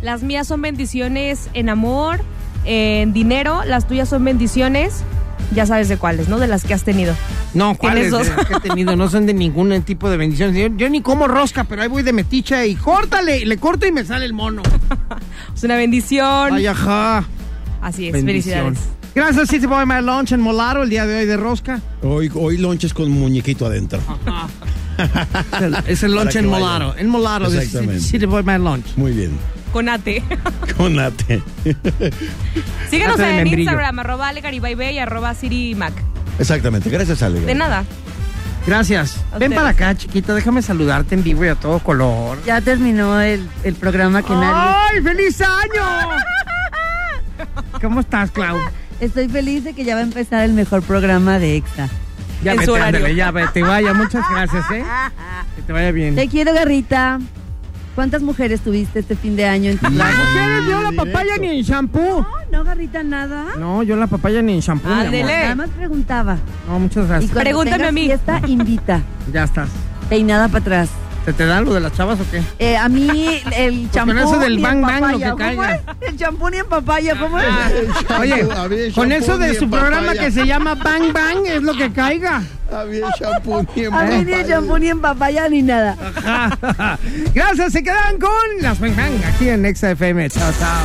Las mías son bendiciones en amor, en dinero. Las tuyas son bendiciones, ya sabes de cuáles, ¿no? De las que has tenido.
No, ¿cuáles
Tienes
de
dos.
las que he tenido? No son de ningún tipo de bendiciones. Yo, yo ni como rosca, pero ahí voy de meticha y córtale, y le corto y me sale el mono.
Es una bendición.
Ay, ajá.
Así es,
Bendición.
felicidades.
Gracias, City Boy, My Lunch en Molaro, el día de hoy de rosca.
Hoy, hoy lonches con muñequito adentro.
Es el- Es el lunch
que
en
vayan.
Molaro, en Molaro de City
Exactamente.
City Boy, My Lunch.
Muy bien.
Con ate.
Con ate.
Síguenos
Ate de
en
membrillo.
Instagram, arroba alegaribaybe y arroba sirimac.
Exactamente. Gracias, Ale.
De nada.
Gracias.
A
Ven
ustedes.
para acá, chiquita, déjame saludarte en vivo y a todo color.
Ya terminó el, el programa que
Ah.
nadie.
¡Ay, feliz año! ¿Cómo estás, Clau?
Estoy feliz de que ya va a empezar el mejor programa de EXA.
Ya
En su
vete,
horario.
ándale, ya vete, vaya. Muchas gracias, ¿eh? Que te vaya bien.
Te quiero, Garrita. ¿Cuántas mujeres tuviste este fin de año en tu
Las
vida?
mujeres yo la papaya ni en shampoo.
No, no, Garrita, nada.
No, yo la papaya ni en shampoo. mi amor.
Ándele.
Nada más preguntaba.
No, muchas
Y
gracias.
cuando
Pregúntame
tengas
a mí.
Fiesta, invita.
Ya estás.
Peinada para atrás.
¿Se te dan lo de las chavas o qué?
Eh, a mí el champú.
con eso del
ni en
bang bang lo
papaya.
que
¿Cómo
caiga.
es? El champú ni en papaya, ¿cómo es?
Oye,
a ver,
con
shampoo
eso de
ni
su
en
programa
papaya.
que se llama Bang Bang es lo que caiga.
Había shampoo ni en
A mí ni el
papaya.
champú ni en papaya ni nada.
Gracias, se quedan con las Bang Bang aquí en Nexa FM. Chao, chao.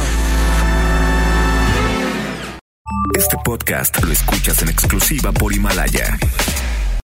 Este podcast lo escuchas en exclusiva por Himalaya.